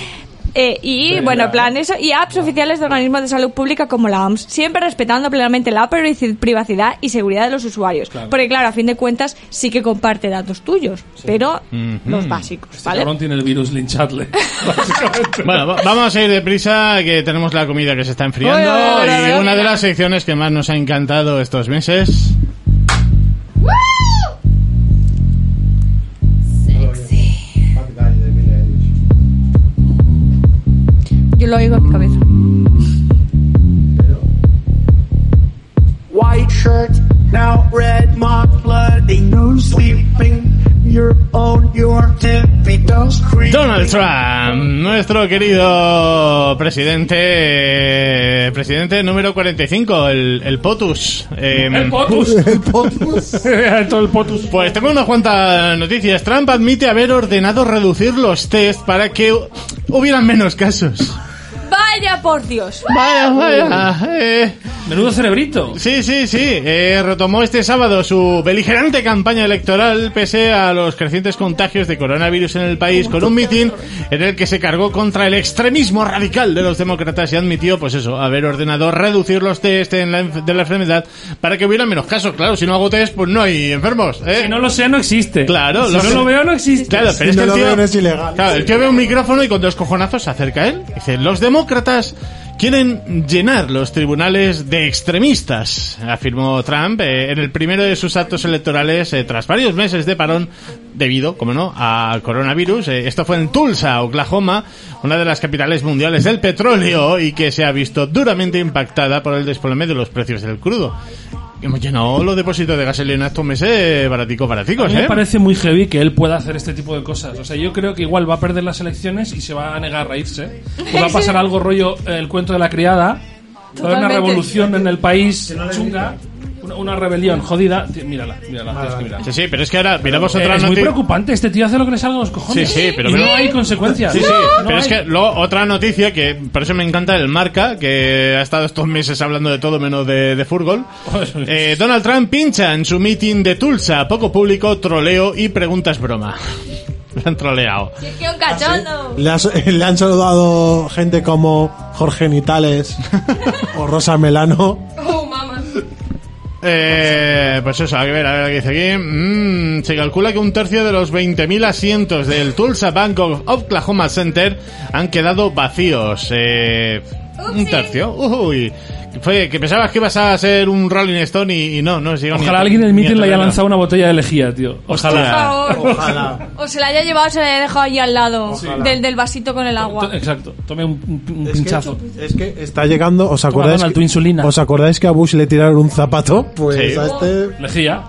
[SPEAKER 3] Eh, y bueno, en plan eso, y apps oficiales de organismos de salud pública como la OMS, siempre respetando plenamente la privaci- privacidad y seguridad de los usuarios. Porque claro, a fin de cuentas sí que comparte datos tuyos, pero los básicos,
[SPEAKER 6] Este
[SPEAKER 3] ¿vale?
[SPEAKER 6] cabrón tiene el
[SPEAKER 3] <laughs>
[SPEAKER 6] virus, linchadle. Básicamente.
[SPEAKER 1] Bueno, va- vamos a ir deprisa, que tenemos la comida que se está enfriando.
[SPEAKER 3] Oye, oye, oye,
[SPEAKER 1] y
[SPEAKER 3] oye,
[SPEAKER 1] una
[SPEAKER 3] oye.
[SPEAKER 1] de las secciones que más nos ha encantado estos meses.
[SPEAKER 3] Yo lo oigo en mi cabeza.
[SPEAKER 8] shirt, now red my blood. Ain't no sleeping, you're on your tippy toes.
[SPEAKER 1] Donald Trump, nuestro querido presidente, eh, presidente número 45, el, el POTUS. Eh,
[SPEAKER 6] <laughs> El potus. <laughs>
[SPEAKER 2] El potus.
[SPEAKER 6] Todo el potus.
[SPEAKER 1] pues tengo unas cuantas noticias. Trump admite haber ordenado reducir los test para que hu- hubieran menos casos.
[SPEAKER 3] Vaya por Dios.
[SPEAKER 1] Vaya, vaya. eh.
[SPEAKER 6] Menudo cerebrito.
[SPEAKER 1] Sí, sí, sí. Eh, retomó este sábado su beligerante campaña electoral pese a los crecientes contagios de coronavirus en el país con un mitin en el que se cargó contra el extremismo radical de los demócratas y admitió, pues eso, haber ordenado reducir los test en la enf- de la enfermedad para que hubiera menos casos. Claro, si no hago test, pues no hay enfermos. ¿eh?
[SPEAKER 6] Si no lo sé, no existe.
[SPEAKER 1] Claro,
[SPEAKER 6] si
[SPEAKER 1] lo
[SPEAKER 6] no
[SPEAKER 1] sé.
[SPEAKER 6] lo veo, no existe.
[SPEAKER 1] Claro, pero es
[SPEAKER 2] Si
[SPEAKER 1] que
[SPEAKER 2] no
[SPEAKER 1] el
[SPEAKER 2] lo
[SPEAKER 1] tío,
[SPEAKER 2] veo, no es ilegal.
[SPEAKER 1] Claro, el tío ve un micrófono y con dos cojonazos se acerca a él. Dice, los demócratas quieren llenar los tribunales de extremistas, afirmó Trump eh, en el primero de sus actos electorales eh, tras varios meses de parón debido, como no, al coronavirus. Eh, esto fue en Tulsa, Oklahoma, una de las capitales mundiales del petróleo y que se ha visto duramente impactada por el desplome de los precios del crudo. Hemos llenado los depósitos de gasolina estos meses baraticos,
[SPEAKER 6] A
[SPEAKER 1] baraticos,
[SPEAKER 6] mí me
[SPEAKER 1] ¿eh?
[SPEAKER 6] parece muy heavy que él pueda hacer este tipo de cosas. O sea, yo creo que igual va a perder las elecciones y se va a negar a reírse. O va a pasar algo rollo eh, el cuento de la criada. Va a haber una
[SPEAKER 3] Totalmente.
[SPEAKER 6] revolución en el país chunga. Una, una rebelión jodida. Ti- Mírala, mírala. tienes que mirarla.
[SPEAKER 1] Sí, sí, pero es que ahora miramos
[SPEAKER 6] Eh,
[SPEAKER 1] otra
[SPEAKER 6] es muy
[SPEAKER 1] noticia.
[SPEAKER 6] preocupante. Este tío hace lo que le salga a los cojones.
[SPEAKER 1] Sí, sí, pero
[SPEAKER 6] y
[SPEAKER 1] mira-
[SPEAKER 6] no hay consecuencias.
[SPEAKER 1] Sí, sí,
[SPEAKER 6] No
[SPEAKER 1] pero es
[SPEAKER 6] hay.
[SPEAKER 1] que luego otra noticia que por eso me encanta el marca, que ha estado estos meses hablando de todo menos de, de fútbol. Eh, Donald Trump pincha en su meeting de Tulsa, poco público, troleo y preguntas broma. <laughs> Le han troleado.
[SPEAKER 3] Si es que un cachondo.
[SPEAKER 2] Le, has- eh, le han saludado gente como
[SPEAKER 3] <laughs>
[SPEAKER 2] Jorge Nitales o Rosa Melano.
[SPEAKER 3] Oh, mamá.
[SPEAKER 1] Eh, pues eso, hay que ver, a ver qué dice aquí. Mm, se calcula que un tercio de los 20.000 asientos del Tulsa Bank of Oklahoma Center han quedado vacíos. Eh, un
[SPEAKER 3] Upsi.
[SPEAKER 1] tercio. Uy. Fue que pensabas que ibas a ser un Rolling Stone y, y no, no llegó ni a-
[SPEAKER 6] Ojalá alguien
[SPEAKER 1] ni
[SPEAKER 6] en el
[SPEAKER 1] a
[SPEAKER 6] meeting le haya
[SPEAKER 1] terreno.
[SPEAKER 6] lanzado una botella de lejía, tío.
[SPEAKER 3] Por
[SPEAKER 6] Ojalá.
[SPEAKER 3] favor.
[SPEAKER 2] Ojalá.
[SPEAKER 3] O se la haya llevado, se la haya dejado allí al lado del, del vasito con el agua.
[SPEAKER 6] To- Exacto. Tome un, un- un pinchazo.
[SPEAKER 2] Es que está llegando, ¿os acordáis?
[SPEAKER 6] Donald,
[SPEAKER 2] que-
[SPEAKER 6] tu insulina.
[SPEAKER 2] ¿Os acordáis que a Bush le tiraron un zapato? Pues
[SPEAKER 1] Sí.
[SPEAKER 2] a este
[SPEAKER 6] Lejía.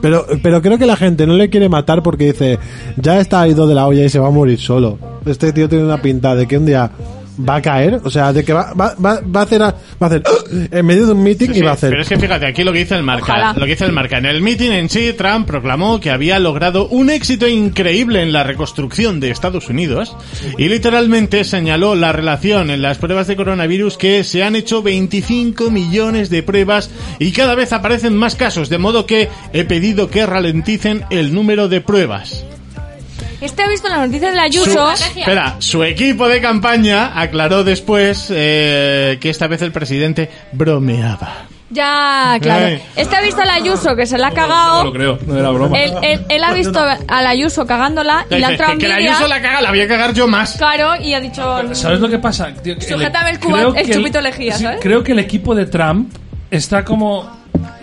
[SPEAKER 2] Pero, pero creo que la gente no le quiere matar porque dice, ya está ido de la olla y se va a morir solo. Este tío tiene una pinta de que un día va a caer, o sea, de que va, va, va- va a hacer, a- va a hacer <gasps> en medio de un meeting
[SPEAKER 1] Sí,
[SPEAKER 2] y va a
[SPEAKER 1] sí, Pero
[SPEAKER 2] hacer.
[SPEAKER 1] es que fíjate, aquí lo que dice el marca.
[SPEAKER 3] Ojalá.
[SPEAKER 1] Lo que dice el marca. En el meeting en sí, Trump proclamó que había logrado un éxito increíble en la reconstrucción de Estados Unidos y literalmente señaló la relación en las pruebas de coronavirus que se han hecho 25 millones de pruebas y cada vez aparecen más casos, de modo que he pedido que ralenticen el número de pruebas.
[SPEAKER 3] Este ha visto las noticias de la
[SPEAKER 1] Su,
[SPEAKER 3] Ayuso.
[SPEAKER 1] espera, su equipo de campaña aclaró después eh, que esta vez el presidente bromeaba.
[SPEAKER 3] Ya, claro.
[SPEAKER 1] Ay.
[SPEAKER 3] Este ha visto a la Ayuso que se la ha
[SPEAKER 6] No lo
[SPEAKER 3] cagado.
[SPEAKER 6] creo. No era broma.
[SPEAKER 3] Él, él- él ha visto a la Ayuso cagándola y la ha
[SPEAKER 1] Dices,
[SPEAKER 3] entrado
[SPEAKER 1] que, que la
[SPEAKER 3] envidia.
[SPEAKER 1] Ayuso la caga, la voy a cagar yo más.
[SPEAKER 3] Claro, y ha dicho.
[SPEAKER 2] eh,
[SPEAKER 6] ¿Sabes lo que pasa? Tío, que
[SPEAKER 3] Sujétame el cuba-
[SPEAKER 6] creo
[SPEAKER 3] el
[SPEAKER 6] que
[SPEAKER 3] chupito lejía,
[SPEAKER 6] sí,
[SPEAKER 3] ¿sabes?
[SPEAKER 6] Creo que el equipo de Trump está como...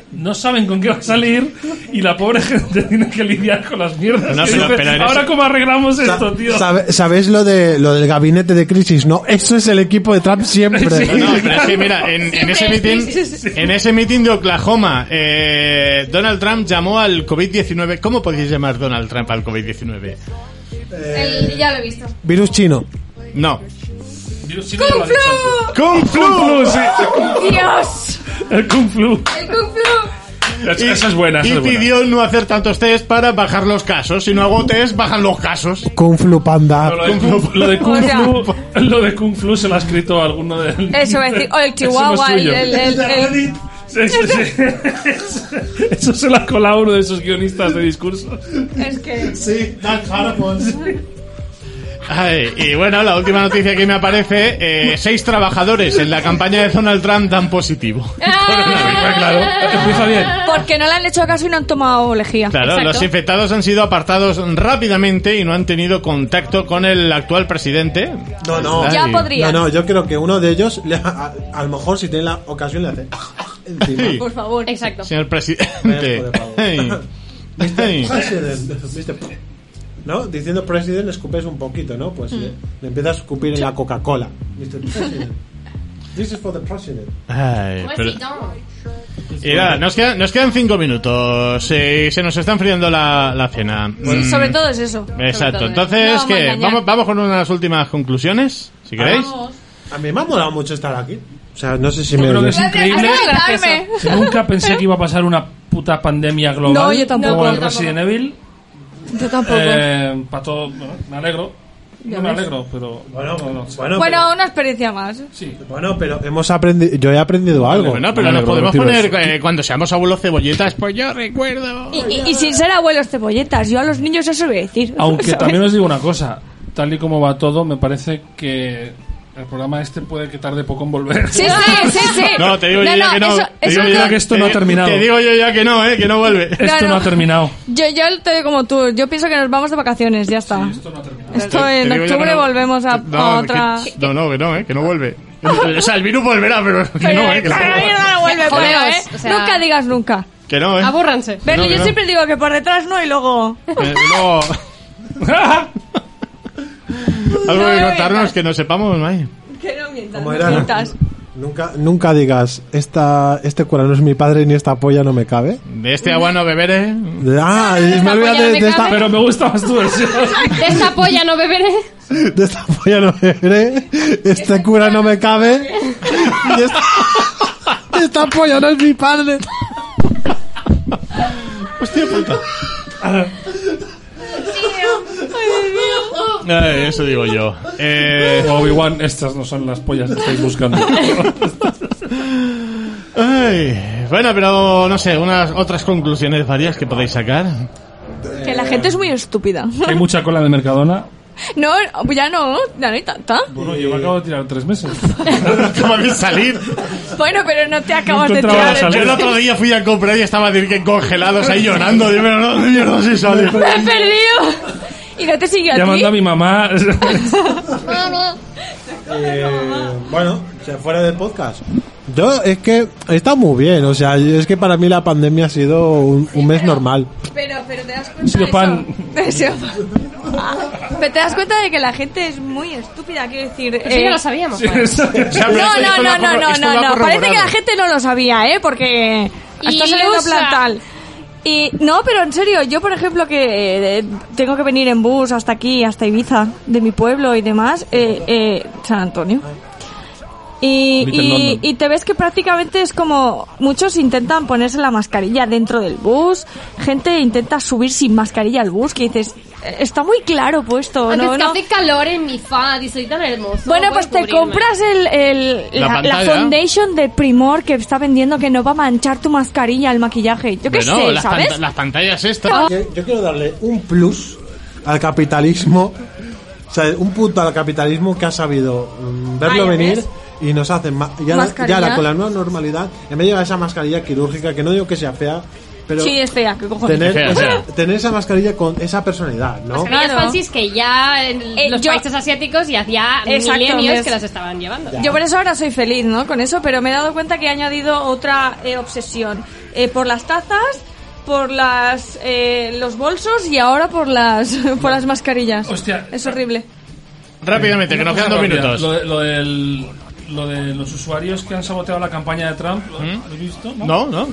[SPEAKER 6] No saben con qué va a salir y la pobre <laughs> gente tiene que lidiar con las mierdas.
[SPEAKER 1] No,
[SPEAKER 6] que
[SPEAKER 1] pero-
[SPEAKER 6] dice,
[SPEAKER 1] pero eres-
[SPEAKER 6] Ahora cómo arreglamos esto, tío.
[SPEAKER 2] Sabe- ¿Sabéis lo, de, lo del gabinete de crisis? No, eso es el equipo de Trump siempre.
[SPEAKER 6] <laughs> Sí.
[SPEAKER 1] No, pero es que mira, en, en ese meeting, en ese meeting de Oklahoma, eh, Donald Trump llamó al COVID-19. ¿Cómo podéis llamar Donald Trump al COVID-19?
[SPEAKER 4] El- ya lo he visto.
[SPEAKER 2] Virus chino.
[SPEAKER 1] No.
[SPEAKER 6] Dios, sí, no lo ha dicho antes.
[SPEAKER 1] ¡Kung Flu!
[SPEAKER 3] ¡Dios!
[SPEAKER 6] El Kung Flu.
[SPEAKER 3] ¡El Kung Flu!
[SPEAKER 6] Esa es buena, esa
[SPEAKER 1] Y
[SPEAKER 6] es buena.
[SPEAKER 1] pidió no hacer tantos test para bajar los casos. Si no hago test, bajan los casos.
[SPEAKER 2] Kung Flu Panda.
[SPEAKER 6] No, lo, de Kung, lo de Kung
[SPEAKER 3] O sea-
[SPEAKER 6] Flu, lo de Kung Flu se lo ha escrito alguno del...
[SPEAKER 3] Eso va a decir, o el Chihuahua,
[SPEAKER 6] Eso no es
[SPEAKER 3] el-
[SPEAKER 6] suyo.
[SPEAKER 3] el- el- el-
[SPEAKER 6] Sí, sí, sí. <laughs> Eso se lo ha colado uno de esos guionistas de discursos.
[SPEAKER 3] Es que.
[SPEAKER 1] Sí, Ay, y bueno, la última noticia que me aparece, eh, seis trabajadores en la campaña de Donald Trump dan positivo.
[SPEAKER 3] Ah.
[SPEAKER 1] <laughs>
[SPEAKER 6] Claro, empieza bien.
[SPEAKER 3] Porque no le han hecho caso y no han tomado lejía.
[SPEAKER 1] Claro,
[SPEAKER 4] Exacto.
[SPEAKER 1] los infectados han sido apartados rápidamente y no han tenido contacto con el actual presidente.
[SPEAKER 2] No, no.
[SPEAKER 3] Ya
[SPEAKER 1] Ay.
[SPEAKER 3] podría.
[SPEAKER 2] No, no, yo creo que uno de ellos, le- a, a lo mejor si tiene la ocasión, le hace. encima.
[SPEAKER 3] Por favor.
[SPEAKER 4] Exacto.
[SPEAKER 1] Señor presidente.
[SPEAKER 2] Por favor.
[SPEAKER 1] Ay.
[SPEAKER 2] Pues
[SPEAKER 1] Ay.
[SPEAKER 2] President, ¿viste? ¿No? Diciendo president escupes un poquito, ¿no? Pues
[SPEAKER 6] Mm.
[SPEAKER 2] le, le empiezas a escupir en la
[SPEAKER 3] Pues
[SPEAKER 2] Coca-Cola. Mr. President. This is for the president.
[SPEAKER 1] Ay, pero- Y nada, nos quedan, nos quedan cinco minutos. eh, se nos está enfriando la, la cena.
[SPEAKER 3] Sí,
[SPEAKER 1] Mm,
[SPEAKER 3] sobre todo es eso.
[SPEAKER 1] Exacto.
[SPEAKER 4] sobre todo.
[SPEAKER 1] Entonces,
[SPEAKER 3] No,
[SPEAKER 1] ¿qué?
[SPEAKER 3] mañana.
[SPEAKER 1] Vamos, vamos con unas últimas conclusiones, si queréis.
[SPEAKER 3] Vamos.
[SPEAKER 2] A mí me ha molado mucho estar aquí. O sea, no sé si
[SPEAKER 6] Yo
[SPEAKER 2] me.
[SPEAKER 6] creo que es increíble.
[SPEAKER 3] Gracias,
[SPEAKER 4] gracioso.
[SPEAKER 3] Carmen.
[SPEAKER 6] Nunca pensé que iba a pasar una puta pandemia global.
[SPEAKER 3] No, yo tampoco.
[SPEAKER 6] Como el
[SPEAKER 4] No, tampoco.
[SPEAKER 6] Resident Evil.
[SPEAKER 3] Yo tampoco.
[SPEAKER 6] Eh, para todo, bueno, me alegro.
[SPEAKER 3] Ya
[SPEAKER 6] No me
[SPEAKER 3] ves.
[SPEAKER 6] alegro, pero.
[SPEAKER 2] Bueno,
[SPEAKER 6] no, no,
[SPEAKER 2] bueno,
[SPEAKER 3] bueno, una experiencia más.
[SPEAKER 6] Sí.
[SPEAKER 2] pero, bueno, pero hemos aprendido. Yo he aprendido algo.
[SPEAKER 1] Bueno, pero
[SPEAKER 6] Vale,
[SPEAKER 1] nos
[SPEAKER 6] bro,
[SPEAKER 1] podemos
[SPEAKER 6] divertidos.
[SPEAKER 1] poner eh, cuando seamos abuelos cebolletas. Pues yo recuerdo.
[SPEAKER 3] Y, y- y sin ser abuelos cebolletas, yo a los niños eso voy a decir. <laughs>
[SPEAKER 6] Aunque
[SPEAKER 3] ¿sabes?
[SPEAKER 6] también os digo una cosa. Tal y como va todo, me parece que el programa este puede que tarde poco en volver.
[SPEAKER 3] Sí, sí, sí, sí.
[SPEAKER 1] No, te digo yo ya que no.
[SPEAKER 3] eso-
[SPEAKER 1] Te
[SPEAKER 3] eso
[SPEAKER 1] digo
[SPEAKER 6] creo
[SPEAKER 1] ya-
[SPEAKER 6] que esto no
[SPEAKER 1] te-
[SPEAKER 6] ha terminado.
[SPEAKER 1] Eh, Te digo yo ya que no, eh, que no vuelve.
[SPEAKER 6] Esto
[SPEAKER 3] Claro.
[SPEAKER 6] no ha terminado.
[SPEAKER 3] Yo, yo estoy como tú, yo pienso que nos vamos de vacaciones, ya está.
[SPEAKER 6] Esto no ha terminado.
[SPEAKER 3] Esto
[SPEAKER 1] <laughs> Te
[SPEAKER 3] en
[SPEAKER 1] digo yo que
[SPEAKER 3] octubre
[SPEAKER 1] no.
[SPEAKER 3] volvemos a,
[SPEAKER 1] No,
[SPEAKER 3] a
[SPEAKER 1] que-
[SPEAKER 3] otra...
[SPEAKER 1] no, no, que no, eh, que no vuelve. <laughs> o sea, el virus volverá, pero que
[SPEAKER 3] Pero
[SPEAKER 1] no, eh, que, no,
[SPEAKER 3] la mierda no vuelve,
[SPEAKER 4] Jodeos,
[SPEAKER 3] pero, ¿eh?
[SPEAKER 4] o sea-
[SPEAKER 3] Nunca digas nunca.
[SPEAKER 1] que no, eh.
[SPEAKER 4] Abúrranse.
[SPEAKER 3] Verlo,
[SPEAKER 1] que
[SPEAKER 3] yo
[SPEAKER 1] no.
[SPEAKER 3] siempre digo que por detrás no y luego...
[SPEAKER 1] Eh,
[SPEAKER 3] <laughs>
[SPEAKER 1] luego, algo
[SPEAKER 3] No
[SPEAKER 1] que
[SPEAKER 3] me
[SPEAKER 1] contarnos
[SPEAKER 3] vengas.
[SPEAKER 1] que no sepamos, no hay.
[SPEAKER 3] Que no mientas,
[SPEAKER 2] Como
[SPEAKER 3] no
[SPEAKER 2] era,
[SPEAKER 3] mientas.
[SPEAKER 2] Nunca, nunca digas, esta, este cura no es mi padre ni esta polla no me cabe.
[SPEAKER 1] De este agua no beberé.
[SPEAKER 2] Ah, me he olvidado
[SPEAKER 4] polla no
[SPEAKER 2] de,
[SPEAKER 4] me
[SPEAKER 2] de esta,
[SPEAKER 4] cabe.
[SPEAKER 6] <laughs> Pero me gusta más
[SPEAKER 3] <laughs>
[SPEAKER 6] tu versión.
[SPEAKER 4] De esta polla Pues no beberé.
[SPEAKER 2] de esta polla no me veré, este cura no me cabe, y esta, esta polla no es mi padre.
[SPEAKER 1] Hostia puta. Ay, eso digo yo. Eh,
[SPEAKER 6] Obi-Wan, estas no son las pollas que
[SPEAKER 3] <laughs>
[SPEAKER 6] estáis buscando.
[SPEAKER 1] ay, bueno, pero no sé, unas otras conclusiones varias que podéis <laughs> sacar.
[SPEAKER 3] Que la gente es muy estúpida.
[SPEAKER 6] Hay mucha cola de Mercadona.
[SPEAKER 3] No, ya no, ya no hay tanta.
[SPEAKER 6] Bueno, yo me acabo de tirar tres meses.
[SPEAKER 1] Acaba de salir.
[SPEAKER 3] Bueno, pero no te acabas de
[SPEAKER 6] encontraba
[SPEAKER 3] tirar.
[SPEAKER 6] la
[SPEAKER 1] Yo
[SPEAKER 3] <laughs>
[SPEAKER 1] el
[SPEAKER 6] salida.
[SPEAKER 1] otro día fui a comprar y estaba a decir que congelados ahí llorando. Digo, pero ¿dónde mierda se sale?
[SPEAKER 3] ¡Me he perdido! Y no te siguió a ti.
[SPEAKER 6] Llamando a mi <laughs> mamá.
[SPEAKER 2] Eh, bueno, o sea, fuera del podcast. Yo, es que está muy bien, o sea, es que para mí la pandemia ha sido un, un mes normal.
[SPEAKER 3] Pero, pero te das
[SPEAKER 6] Sí,
[SPEAKER 3] cuenta de
[SPEAKER 6] pan.
[SPEAKER 3] eso. Sí, pan. Ah, Pero te das cuenta de que la gente es muy estúpida, quiero decir.
[SPEAKER 4] Eso ya
[SPEAKER 3] eh,
[SPEAKER 4] lo sabíamos. Juan.
[SPEAKER 1] No,
[SPEAKER 6] <laughs>
[SPEAKER 3] no, no, no, no, no, no, no. Parece que la gente no lo sabía, ¿eh? Porque está saliendo
[SPEAKER 4] Ilusa.
[SPEAKER 3] plantal. Y, no, pero en serio, yo por ejemplo que eh, tengo que venir en bus hasta aquí, hasta Ibiza, de mi pueblo y demás, eh, eh, San Antonio. Y,
[SPEAKER 6] Little London.
[SPEAKER 3] y, y te ves que prácticamente es como muchos intentan ponerse la mascarilla dentro del bus, gente intenta subir sin mascarilla al bus, que dices, "Eh, está muy claro puesto,
[SPEAKER 4] Antes
[SPEAKER 3] ¿no?
[SPEAKER 4] que
[SPEAKER 3] no?
[SPEAKER 4] hace calor en mi fad y soy tan hermoso.
[SPEAKER 3] Bueno,
[SPEAKER 4] puedo
[SPEAKER 3] pues te
[SPEAKER 4] cubrirme.
[SPEAKER 3] compras el, el-
[SPEAKER 1] La
[SPEAKER 3] la, la
[SPEAKER 1] pantalla.
[SPEAKER 3] foundation de Primor que está vendiendo que no va a manchar tu mascarilla, el maquillaje. Yo qué sé,
[SPEAKER 1] las,
[SPEAKER 3] ¿sabes?
[SPEAKER 1] pant- las pantallas estas.
[SPEAKER 2] Yo, yo quiero darle un plus al capitalismo, o sea, un punto al capitalismo que ha sabido mm, verlo
[SPEAKER 3] Ay,
[SPEAKER 2] venir
[SPEAKER 3] ¿ves?
[SPEAKER 2] y nos hacen ma- ya, la- ya
[SPEAKER 3] Mascarilla.
[SPEAKER 2] la- con la nueva normalidad, en vez de llevar esa mascarilla quirúrgica, que no digo que sea fea, pero
[SPEAKER 3] Sí, es fea, ¿qué cojones?
[SPEAKER 2] tener,
[SPEAKER 1] Fea,
[SPEAKER 2] o sea,
[SPEAKER 1] fea.
[SPEAKER 2] tener esa mascarilla con esa personalidad, ¿no?
[SPEAKER 4] Aquellas
[SPEAKER 3] Claro.
[SPEAKER 4] fancies que ya en
[SPEAKER 3] Eh,
[SPEAKER 4] los
[SPEAKER 3] yo-
[SPEAKER 4] países asiáticos y hacía
[SPEAKER 3] Exacto,
[SPEAKER 4] milenios
[SPEAKER 3] ves.
[SPEAKER 4] que las estaban llevando.
[SPEAKER 3] Yo por eso ahora soy feliz, ¿no? Con eso, pero me he dado cuenta que he añadido otra eh, obsesión. Eh, por las tazas, por las eh, los bolsos y ahora por las <laughs> por las mascarillas.
[SPEAKER 6] Hostia.
[SPEAKER 3] Es horrible.
[SPEAKER 1] Rápidamente, que nos quedan dos
[SPEAKER 6] Lo,
[SPEAKER 1] minutos.
[SPEAKER 6] de- lo del- lo de los usuarios que han saboteado la campaña de Trump, ¿lo lo has visto?
[SPEAKER 1] No, no.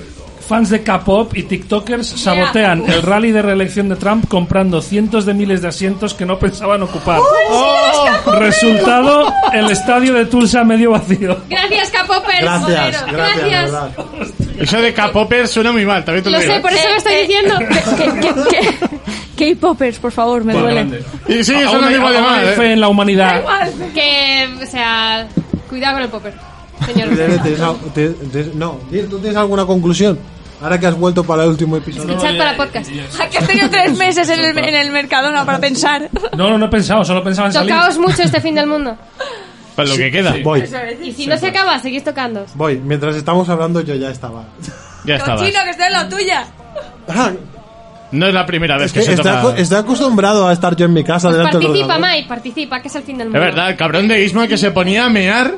[SPEAKER 6] Fans de K-pop y TikTokers sabotean el rally de reelección de Trump comprando cientos de miles de asientos que no pensaban ocupar. Oh, Resultado, el estadio de Tulsa medio vacío.
[SPEAKER 4] Gracias, Capopers.
[SPEAKER 2] Gracias, gracias, de verdad.
[SPEAKER 1] Eso de K-Popper suena muy mal, también te lo,
[SPEAKER 4] Lo
[SPEAKER 3] Este,
[SPEAKER 1] digo.
[SPEAKER 4] sé, por
[SPEAKER 1] ¿eh?
[SPEAKER 4] eso lo estoy diciendo.
[SPEAKER 3] K-popers, por favor, me duelen.
[SPEAKER 6] Grande.
[SPEAKER 1] Y sí,
[SPEAKER 6] Aún
[SPEAKER 1] suena
[SPEAKER 6] hay-
[SPEAKER 1] igual de
[SPEAKER 6] aún hay
[SPEAKER 1] mal.
[SPEAKER 6] fe
[SPEAKER 1] ¿eh?
[SPEAKER 6] en la humanidad.
[SPEAKER 4] Que, o sea, cuidado con el popper. Señor.
[SPEAKER 2] Irene, ¿tienes al- te- te- no, ¿tú tienes alguna conclusión? Ahora que has vuelto para el último episodio.
[SPEAKER 4] Escuchad para podcast.
[SPEAKER 3] Ah, <laughs> que has tenido tres meses en el, en el Mercadona para pensar.
[SPEAKER 6] No, no, no he pensado, solo pensaba en salir.
[SPEAKER 4] Tocaos mucho este fin del mundo.
[SPEAKER 1] Para lo que queda.
[SPEAKER 2] Voy,
[SPEAKER 4] Y si no se acaba, seguís tocando.
[SPEAKER 2] voy. Mientras estamos hablando yo ya estaba. <laughs>
[SPEAKER 1] Ya estaba.
[SPEAKER 3] Cochino, que esté en la tuya.
[SPEAKER 2] Ah,
[SPEAKER 1] No es la primera vez
[SPEAKER 2] es
[SPEAKER 1] que
[SPEAKER 2] que
[SPEAKER 1] se
[SPEAKER 2] estoy,
[SPEAKER 1] toca.
[SPEAKER 2] acu- estoy acostumbrado a estar yo en mi casa delante del
[SPEAKER 4] Pues Participa,
[SPEAKER 2] ordenador.
[SPEAKER 4] Mai, participa, que es el fin del
[SPEAKER 1] Es
[SPEAKER 4] mundo.
[SPEAKER 1] verdad, el cabrón de Isma que se ponía a mear.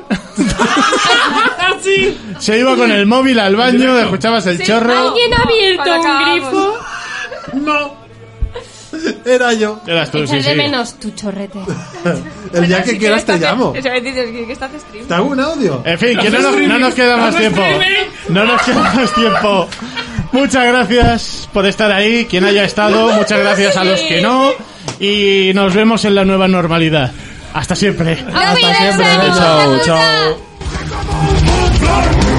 [SPEAKER 1] Se iba con el móvil al baño, escuchabas el chorro.
[SPEAKER 4] ¿Alguien ha abierto
[SPEAKER 3] Cuando
[SPEAKER 4] un
[SPEAKER 3] acabamos.
[SPEAKER 4] grifo?
[SPEAKER 2] Era yo.
[SPEAKER 1] Eras tú, sí,
[SPEAKER 4] Echar
[SPEAKER 1] sí.
[SPEAKER 4] de menos tu chorrete.
[SPEAKER 2] El día que quieras te llamo.
[SPEAKER 3] Eso me dices que que estás streaming.
[SPEAKER 2] ¿Te hago un audio?
[SPEAKER 1] En fin, que no nos, no nos queda más tiempo. No nos queda más tiempo. Muchas gracias por estar ahí, quien haya estado. Muchas gracias a los que no. Y nos vemos en la nueva normalidad. Hasta siempre.
[SPEAKER 4] Hasta siempre.
[SPEAKER 6] Chao, chao.
[SPEAKER 5] Flor.